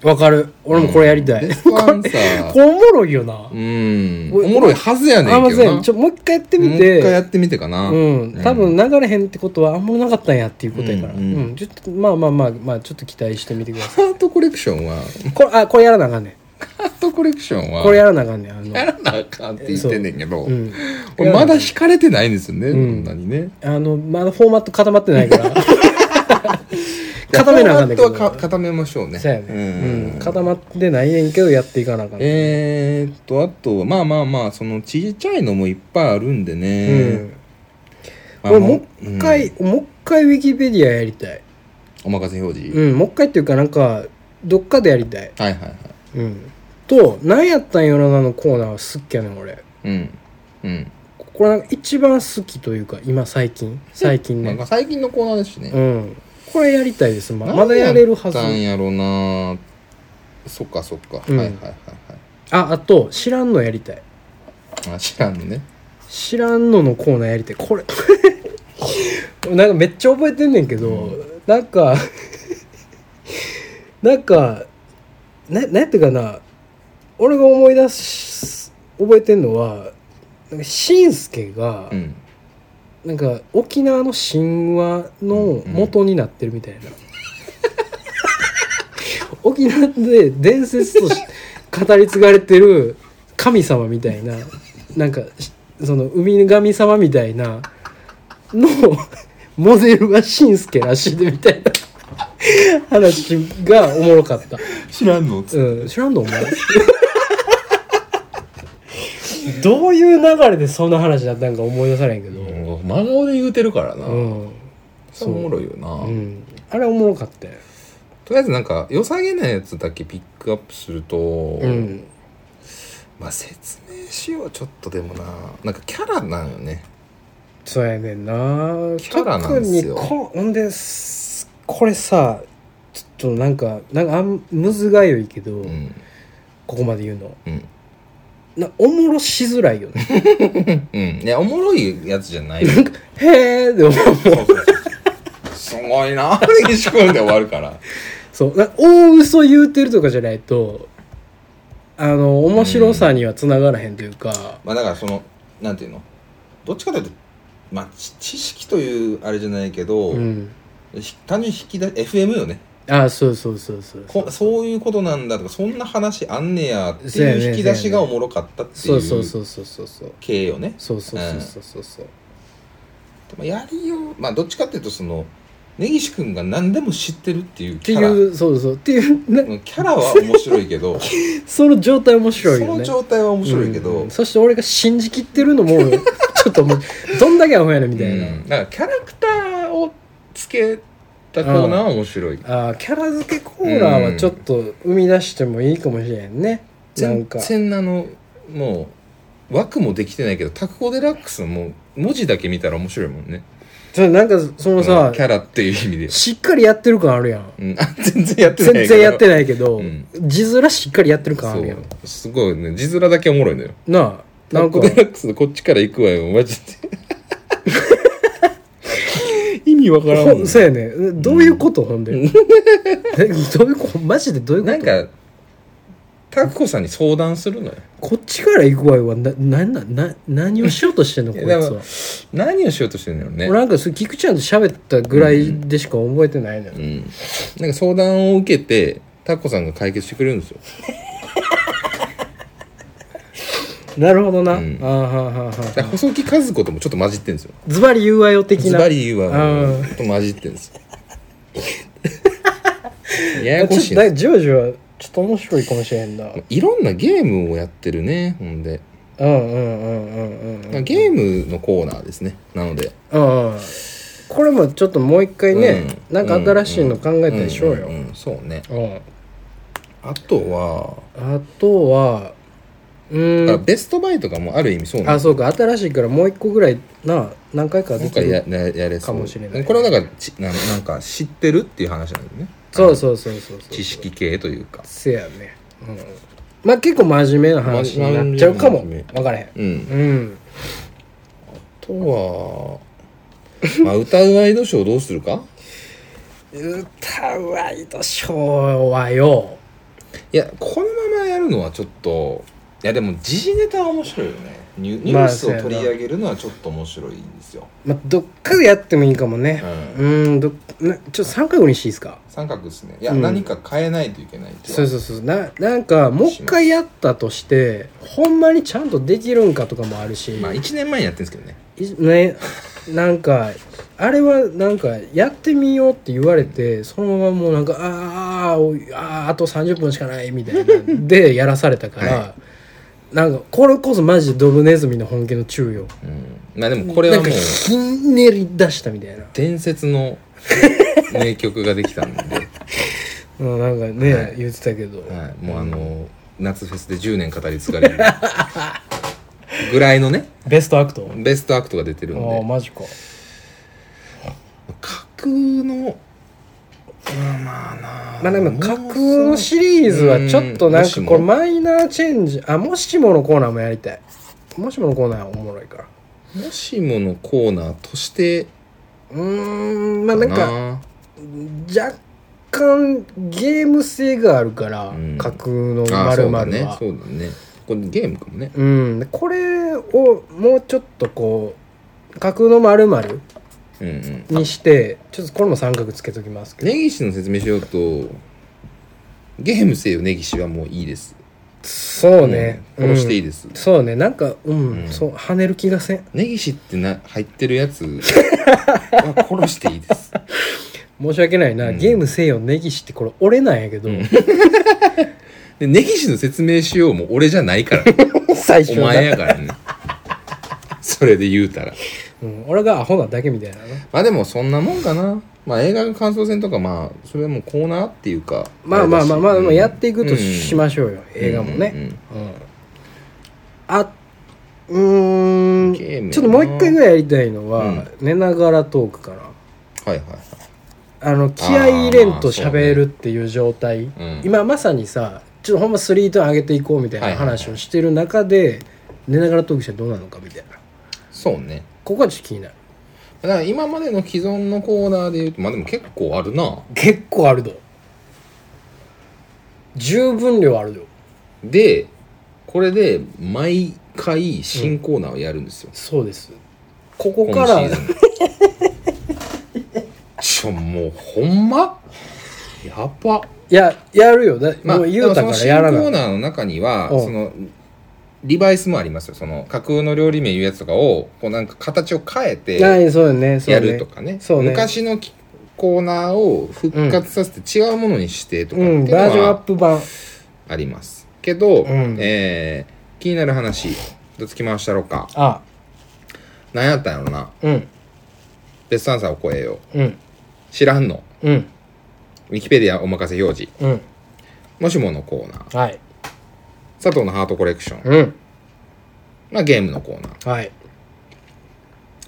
Speaker 2: わかる俺もこれやりたい、
Speaker 1: ベストアンサ
Speaker 2: こ
Speaker 1: ー
Speaker 2: れおもろいよな、
Speaker 1: うん
Speaker 2: これ
Speaker 1: おもろいはずやね
Speaker 2: あん
Speaker 1: ん
Speaker 2: ま
Speaker 1: けど
Speaker 2: せ
Speaker 1: なん
Speaker 2: ちょもう一回やってみ
Speaker 1: もう
Speaker 2: て
Speaker 1: 一回やってみてかな
Speaker 2: うん、多分流れへんってことはあんまなかったんやっていうことやから、う
Speaker 1: うんんうん
Speaker 2: ちょっとまあまあまあまあちょっと期待してみてくださ
Speaker 1: ハートコレクションはい
Speaker 2: これあこれやらなあかんね
Speaker 1: ハートコレクション
Speaker 2: ん
Speaker 1: は
Speaker 2: これやらなあかんねんあ
Speaker 1: や
Speaker 2: の
Speaker 1: らなあかんって言ってんねんけど、
Speaker 2: うん
Speaker 1: これまだ引かれてないんですよね、
Speaker 2: うん
Speaker 1: そんなにね
Speaker 2: あのまだフォーマット固まってないから 固めなあかんねんけ
Speaker 1: フォ
Speaker 2: ど
Speaker 1: ーマットはか固めましょうね
Speaker 2: そうやね、
Speaker 1: うん
Speaker 2: うん固まってないねんけどやっていかなあかん、
Speaker 1: えー、っとあとまあまあまあそのちっちゃいのもいっぱいあるんでね、まあ
Speaker 2: うん、俺もう一回、
Speaker 1: ん
Speaker 2: もう一回ウィキペディアやりたい
Speaker 1: お任せ表示、
Speaker 2: うんもう一回っていうかなんかどっかでやりたい
Speaker 1: はいはいはい
Speaker 2: うんと何やったん夜中のコーナーは好きやねん俺
Speaker 1: うんうん、
Speaker 2: これなんか一番好きというか今最近最近
Speaker 1: なん
Speaker 2: ね
Speaker 1: か最近のコーナーですしね、
Speaker 2: うんこれやりたいですままだやれるはず
Speaker 1: なんやったんやろなそっかそっか、
Speaker 2: うん
Speaker 1: はいはいはい
Speaker 2: ああと知らんのやりたい
Speaker 1: はいあ知らんのね
Speaker 2: 知らんののコーナーやりたいこれ なんかめっちゃ覚えてんねんけど、なんか なんかななんやってかな俺が思い出す覚えてんのはなんかしんすけが、
Speaker 1: うん
Speaker 2: なんか沖縄の神話の元になってるみたいな、沖縄で伝説とし語り継がれてる神様みたいななんかしその海神様みたいなのモデルがしんすけらしいでみたいな話がおもろかった、
Speaker 1: 知らんの
Speaker 2: うん、知らんのお前 どういう流れでそんな話だったんか思い出されへんけど、
Speaker 1: もう真顔で言うてるからな、
Speaker 2: うん
Speaker 1: それおもろいよな、
Speaker 2: うん、あれおもろかったよ、
Speaker 1: とりあえずなんか良さげなやつだけピックアップすると、
Speaker 2: うん、
Speaker 1: まあ説明しようちょっとでもななんかキャラなんよね
Speaker 2: そうやねんな
Speaker 1: キャラなんですよ
Speaker 2: 特にこほんですこれさちょっとなんかなんかあんむずがゆいけど、
Speaker 1: うん
Speaker 2: ここまで言うの
Speaker 1: うん
Speaker 2: なおもろしづらいよね
Speaker 1: うんいやおもろいやつじゃない
Speaker 2: へえでも
Speaker 1: すごいな 西君で終わるから
Speaker 2: そうな大嘘言うてるとかじゃないとあの面白さにはつながらへんというか、
Speaker 1: まあだからそのなんていうのどっちかというとまあ知知識というあれじゃないけど、
Speaker 2: うん、
Speaker 1: ひ単純に引き出 FM よね
Speaker 2: あそうそうそうそうそう
Speaker 1: こそういうことなんだとかそんな話あんねやって
Speaker 2: そうやね
Speaker 1: いう引き出しがおもろかったってい
Speaker 2: そうそう
Speaker 1: う
Speaker 2: そうそうそうそう
Speaker 1: 系よね
Speaker 2: そうそうそうそうそう
Speaker 1: でもやりようまあどっちかっていうとその根岸君が何でも知ってるっていう
Speaker 2: っ
Speaker 1: キ
Speaker 2: て
Speaker 1: ャラ
Speaker 2: いうそうそうっていうな
Speaker 1: うんキャラは面白いけ ど
Speaker 2: その状態面白いよ
Speaker 1: そ
Speaker 2: ね
Speaker 1: の状態は面白いけど、
Speaker 2: うんそして俺が信じきってる のもちょっともうどんだけアホやねんみたいな、
Speaker 1: うんだからキャラクターをつけたコーナーは面白い、
Speaker 2: あーキャラ付けコーナーはちょっと生み出してもいいかもしれんね、なん
Speaker 1: 全
Speaker 2: か
Speaker 1: 然あのもう枠もできてないけど「タクコ・デラックス」も文字だけ見たら面白いもんね
Speaker 2: それなんかその
Speaker 1: う
Speaker 2: さ、
Speaker 1: んキャラっていう意味で、
Speaker 2: しっかりやってる感あるやん
Speaker 1: うん、あ 全然やってない
Speaker 2: 全然やってないけど、
Speaker 1: うん
Speaker 2: 字面しっかりやってる感あるやん
Speaker 1: そうすごいね字面だけおもろいのよ
Speaker 2: なあ
Speaker 1: タ
Speaker 2: なん
Speaker 1: ク
Speaker 2: か
Speaker 1: コ・デラックスのこっちから行くわよマジで 意味わからんもん
Speaker 2: ほそうやね どういうこと、ほんでえどういうことマジでどういうこ
Speaker 1: な
Speaker 2: と
Speaker 1: んか「咲子さんに相談するのよ
Speaker 2: こっちから行く場合はなななな何をしようとしてんのこいつ
Speaker 1: いやで
Speaker 2: は
Speaker 1: も何をしようとしてんのよね
Speaker 2: 俺なんかそれ菊ちゃんと喋ったぐらいでしか覚えてないのよ、
Speaker 1: うん、なんか相談を受けてタコさんが解決してくれるんですよ
Speaker 2: なるほどな、
Speaker 1: うん
Speaker 2: あーはーはーはー
Speaker 1: だから細木和子ともちょっと混じってんですよ
Speaker 2: ズバリ友愛を的な
Speaker 1: ズバリは
Speaker 2: あー
Speaker 1: ちょっと混じってんです よややこしい
Speaker 2: ちょっと
Speaker 1: な
Speaker 2: ジョージはちょっと面白いかもしれんない
Speaker 1: ろんなゲームをやってるねほんで
Speaker 2: うんうんうんうんうんうん
Speaker 1: ゲームのコーナーですねなので
Speaker 2: うんうんこれもちょっともう一回ね、
Speaker 1: うん
Speaker 2: なんか新しいの考えたりしようよ、
Speaker 1: んんんそうね
Speaker 2: うん
Speaker 1: あとは
Speaker 2: あとはう
Speaker 1: だから
Speaker 2: ーん
Speaker 1: ベストバイとかもある意味そうなん
Speaker 2: あ
Speaker 1: です
Speaker 2: そうか新しいからもう一個ぐらいな何回か
Speaker 1: な
Speaker 2: で
Speaker 1: ん
Speaker 2: き
Speaker 1: かや
Speaker 2: る
Speaker 1: ややれそう
Speaker 2: かもしれない
Speaker 1: これはなんかちなんなんか知ってるっていう話なんですね
Speaker 2: そうそうそうそうそう
Speaker 1: 知識系というか
Speaker 2: せやね、うん、まあ結構真面目な話になっちゃうかも
Speaker 1: 真面目
Speaker 2: 分からへん
Speaker 1: うん
Speaker 2: うん
Speaker 1: あとは、 まあ、歌うワイドショーどうするか
Speaker 2: 歌うワイドショーはよ
Speaker 1: いやこのままやるのはちょっといやでも時事ネタは面白いよねニュニ
Speaker 2: ま
Speaker 1: ュ
Speaker 2: あ
Speaker 1: ース
Speaker 2: そうや
Speaker 1: を
Speaker 2: な
Speaker 1: 取り上げるのはちょっと面白いんですよ、
Speaker 2: まあ、どっかでやってもいいかもね。
Speaker 1: う
Speaker 2: うーん、どっなちょっと3回後にしていいですか
Speaker 1: 三角ですねいや、
Speaker 2: うん
Speaker 1: 何か変えないといけない
Speaker 2: そう
Speaker 1: う
Speaker 2: そうそう。な、なんか、もう一回やったとして、ほんまにちゃんとできるんかとかもあるし、
Speaker 1: まあ1年前にやってるんですけどね
Speaker 2: いね、なんか、あれはなんか、やってみようって言われて、そのままもうなんか、あーあーおい、あーあと30分しかないみたいな、 で、やらされたから、
Speaker 1: は
Speaker 2: なんか、これこそマジでドブネズミの本気の注意を。
Speaker 1: うんまあでもこれはもう
Speaker 2: なんか、ひんねり出したみたいな。
Speaker 1: 伝説の名曲ができたんで、
Speaker 2: うん、なんかね、
Speaker 1: はい
Speaker 2: 言ってたけど。
Speaker 1: はい、もうあの夏フェスで10年語り継がれるぐらいのね
Speaker 2: ベストアクト
Speaker 1: ベストアクトが出てるんで
Speaker 2: ああマジか
Speaker 1: 架空の
Speaker 2: まあでも架空のシリーズはちょっとなんか
Speaker 1: うん
Speaker 2: これマイナーチェンジあもしものコーナーもやりたいもしものコーナーはおもろいから
Speaker 1: もしものコーナーとして
Speaker 2: うーんまあ
Speaker 1: か
Speaker 2: な
Speaker 1: なん
Speaker 2: か若干ゲーム性があるから、
Speaker 1: うん
Speaker 2: 架空の
Speaker 1: あー
Speaker 2: 〇
Speaker 1: そう
Speaker 2: 〇
Speaker 1: だ
Speaker 2: は
Speaker 1: ねそうだねこれゲームかもね
Speaker 2: うんでこれをもうちょっとこう架空の〇〇
Speaker 1: うんうん
Speaker 2: にしてちょっとこれも三角つけときますけど
Speaker 1: 根岸の説明しようとゲームせよ根岸はもういいです
Speaker 2: そうね、
Speaker 1: うん殺していい
Speaker 2: うん
Speaker 1: です、
Speaker 2: そうねなんかうん、
Speaker 1: うん
Speaker 2: そう跳ねる気がせん
Speaker 1: 根岸ってな入ってるや つは殺していいです
Speaker 2: 申し訳ないな、
Speaker 1: うん
Speaker 2: ゲームせよ根岸ってこれ俺なんやけど、
Speaker 1: で根岸の説明しようも俺じゃないから
Speaker 2: 最初
Speaker 1: お
Speaker 2: な
Speaker 1: 前やからねそれで言うたら
Speaker 2: うん、俺がアホなだけみたいなな
Speaker 1: まあでもそんなもんかな。まあ映画の感想戦とかまあそれはもうコーナーっていうか。
Speaker 2: まあまあまあまあ、まあやっていくとしま
Speaker 1: し
Speaker 2: しょうよ、映画もね、
Speaker 1: ね。
Speaker 2: うんあうーん
Speaker 1: ゲームやな
Speaker 2: ちょっともう一回ぐらいやりたいのは、
Speaker 1: うん
Speaker 2: 寝ながらトークかな
Speaker 1: はいはいはい。
Speaker 2: あの気合い入れんと喋るっていう状
Speaker 1: う
Speaker 2: 態、
Speaker 1: ん
Speaker 2: 今まさにさちょっとほんまスリートーン上げていこうみたいな話をしてる中で、寝ながらトークしたらどうなのかみたいな
Speaker 1: そうね。
Speaker 2: ここはちょっと気になる
Speaker 1: だから今までの既存のコーナーで言うとまあでも結構あるな。
Speaker 2: 結構あるぞ十分量あるぞ
Speaker 1: でこれで毎回新コーナーをやるんですよ。
Speaker 2: そうですここか
Speaker 1: 今シ
Speaker 2: ら
Speaker 1: ーズン。ちょもうほんまやば。
Speaker 2: いややるよだ、
Speaker 1: まあ、
Speaker 2: もう言うた
Speaker 1: でも
Speaker 2: か
Speaker 1: そ
Speaker 2: ら
Speaker 1: の
Speaker 2: やら
Speaker 1: 新コー
Speaker 2: な
Speaker 1: ナーの中には、
Speaker 2: うん
Speaker 1: その、リバイスもありますよ。その、架空の料理名いうやつとかを、こうなんか形を変え
Speaker 2: いな
Speaker 1: て、
Speaker 2: いそうよねそう
Speaker 1: や
Speaker 2: よね
Speaker 1: るとかね。
Speaker 2: そうね
Speaker 1: 昔のきコーナーを復活させて違うものにしてとか
Speaker 2: う
Speaker 1: っていうんの
Speaker 2: バージョンアッ
Speaker 1: は
Speaker 2: プ版
Speaker 1: あります。けど、
Speaker 2: うん
Speaker 1: えー気になる話、どつき回したろうか。
Speaker 2: あ
Speaker 1: なんやったんやろな。
Speaker 2: うん
Speaker 1: ベストアンサーを超えよう。
Speaker 2: うん
Speaker 1: 知らんの。
Speaker 2: うん
Speaker 1: ウィキペディアお任せ表示。
Speaker 2: うん
Speaker 1: もしものコーナー。
Speaker 2: はい
Speaker 1: 佐藤のハートコレクション。
Speaker 2: うん
Speaker 1: まあゲームのコーナー。
Speaker 2: はい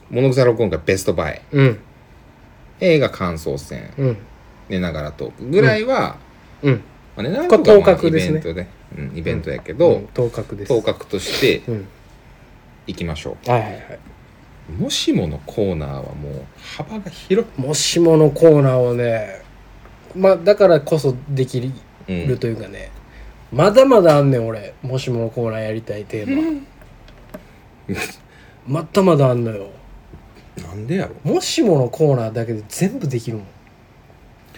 Speaker 1: モノグサ録音会ベストバイ。
Speaker 2: うん
Speaker 1: 映画感想戦
Speaker 2: うん
Speaker 1: 寝ながらトークぐらいは、
Speaker 2: うん
Speaker 1: まあ、寝ながらトークはま
Speaker 2: こ
Speaker 1: あ
Speaker 2: れ
Speaker 1: イ
Speaker 2: 当確です
Speaker 1: ベ
Speaker 2: ね
Speaker 1: ントで、うん、イベントやけど、
Speaker 2: うん当確です
Speaker 1: 当確として
Speaker 2: うん
Speaker 1: いきましょ
Speaker 2: はいはいはいう
Speaker 1: もしものコーナーはもう幅が広
Speaker 2: もしものコーナーをねまあだからこそできる
Speaker 1: い、うん
Speaker 2: るというかね、まだまだあんねん俺もしものコーナーやりたいテー マまだまだあんのよ
Speaker 1: なんでやろ
Speaker 2: もしものコーナーだけで全部できるもん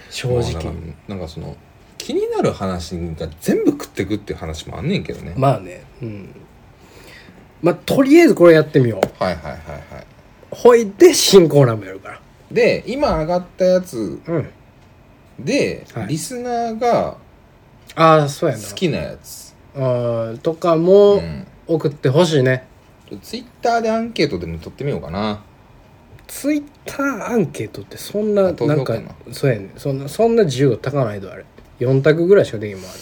Speaker 2: 正
Speaker 1: まあ
Speaker 2: 直
Speaker 1: なんかなんかその気になる話が全部食ってくっていう話もあんねんけどね、
Speaker 2: まあねうんまあとりあえずこれやってみよう
Speaker 1: はいはいはいは
Speaker 2: ほいで新コーナーもやるから
Speaker 1: いで今上がったやつ
Speaker 2: うん
Speaker 1: で、
Speaker 2: はい
Speaker 1: リスナーが
Speaker 2: ああそうやな
Speaker 1: 好きなやつ、
Speaker 2: あーとか
Speaker 1: う
Speaker 2: も
Speaker 1: ん、
Speaker 2: 送ってほしいね、
Speaker 1: ツイッターでアンケートでも取ってみようかな
Speaker 2: ツイッターアンケートってそんな
Speaker 1: あ投
Speaker 2: なん
Speaker 1: 票
Speaker 2: か
Speaker 1: かな
Speaker 2: そうやねんそんなそんな自由度高ないとあれ4択ぐらいしかできんもんあ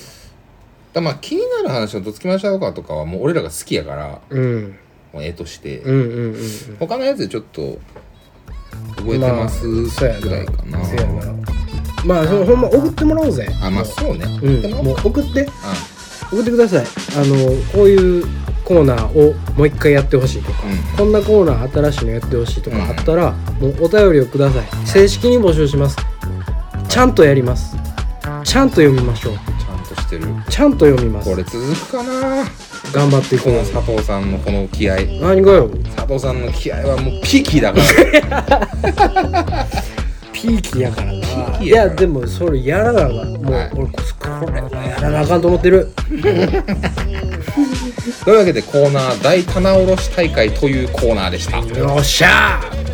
Speaker 1: だまあ気になる話をどつきましょうかとかはもう俺らが好きやから
Speaker 2: れうん
Speaker 1: もうええとして、
Speaker 2: うんうんうんうん
Speaker 1: 他のやつでちょっと覚えてます
Speaker 2: そうやな
Speaker 1: ぐらいかな、
Speaker 2: そうやなまあそのほんま送ってもらおうぜ
Speaker 1: あまあ
Speaker 2: も
Speaker 1: そうね、
Speaker 2: ううん
Speaker 1: でも
Speaker 2: もう送って
Speaker 1: あ
Speaker 2: 送ってくださいあのこういうコーナーをもう一回やってほしいとか、
Speaker 1: うん
Speaker 2: こんなコーナー新しいのやってほしいと
Speaker 1: うん
Speaker 2: かあったら、もうお便りをください正式に募集しますちゃんとやりますちゃんと読みましょう
Speaker 1: ちゃんとしてる
Speaker 2: ちゃんと読みます
Speaker 1: これ続くかな
Speaker 2: 頑張っていこ
Speaker 1: こ
Speaker 2: う
Speaker 1: の佐藤さんのこの気合
Speaker 2: 何がよ
Speaker 1: 佐藤さんの気合はもうピーキーだから
Speaker 2: ピーキーやからな
Speaker 1: キー
Speaker 2: い
Speaker 1: やから
Speaker 2: やでもそれやらなあかんもう、
Speaker 1: はい
Speaker 2: 俺ここれはやらなあかんと思ってる
Speaker 1: というわけでコーナー大棚卸し大会というコーナーでした
Speaker 2: よっしゃー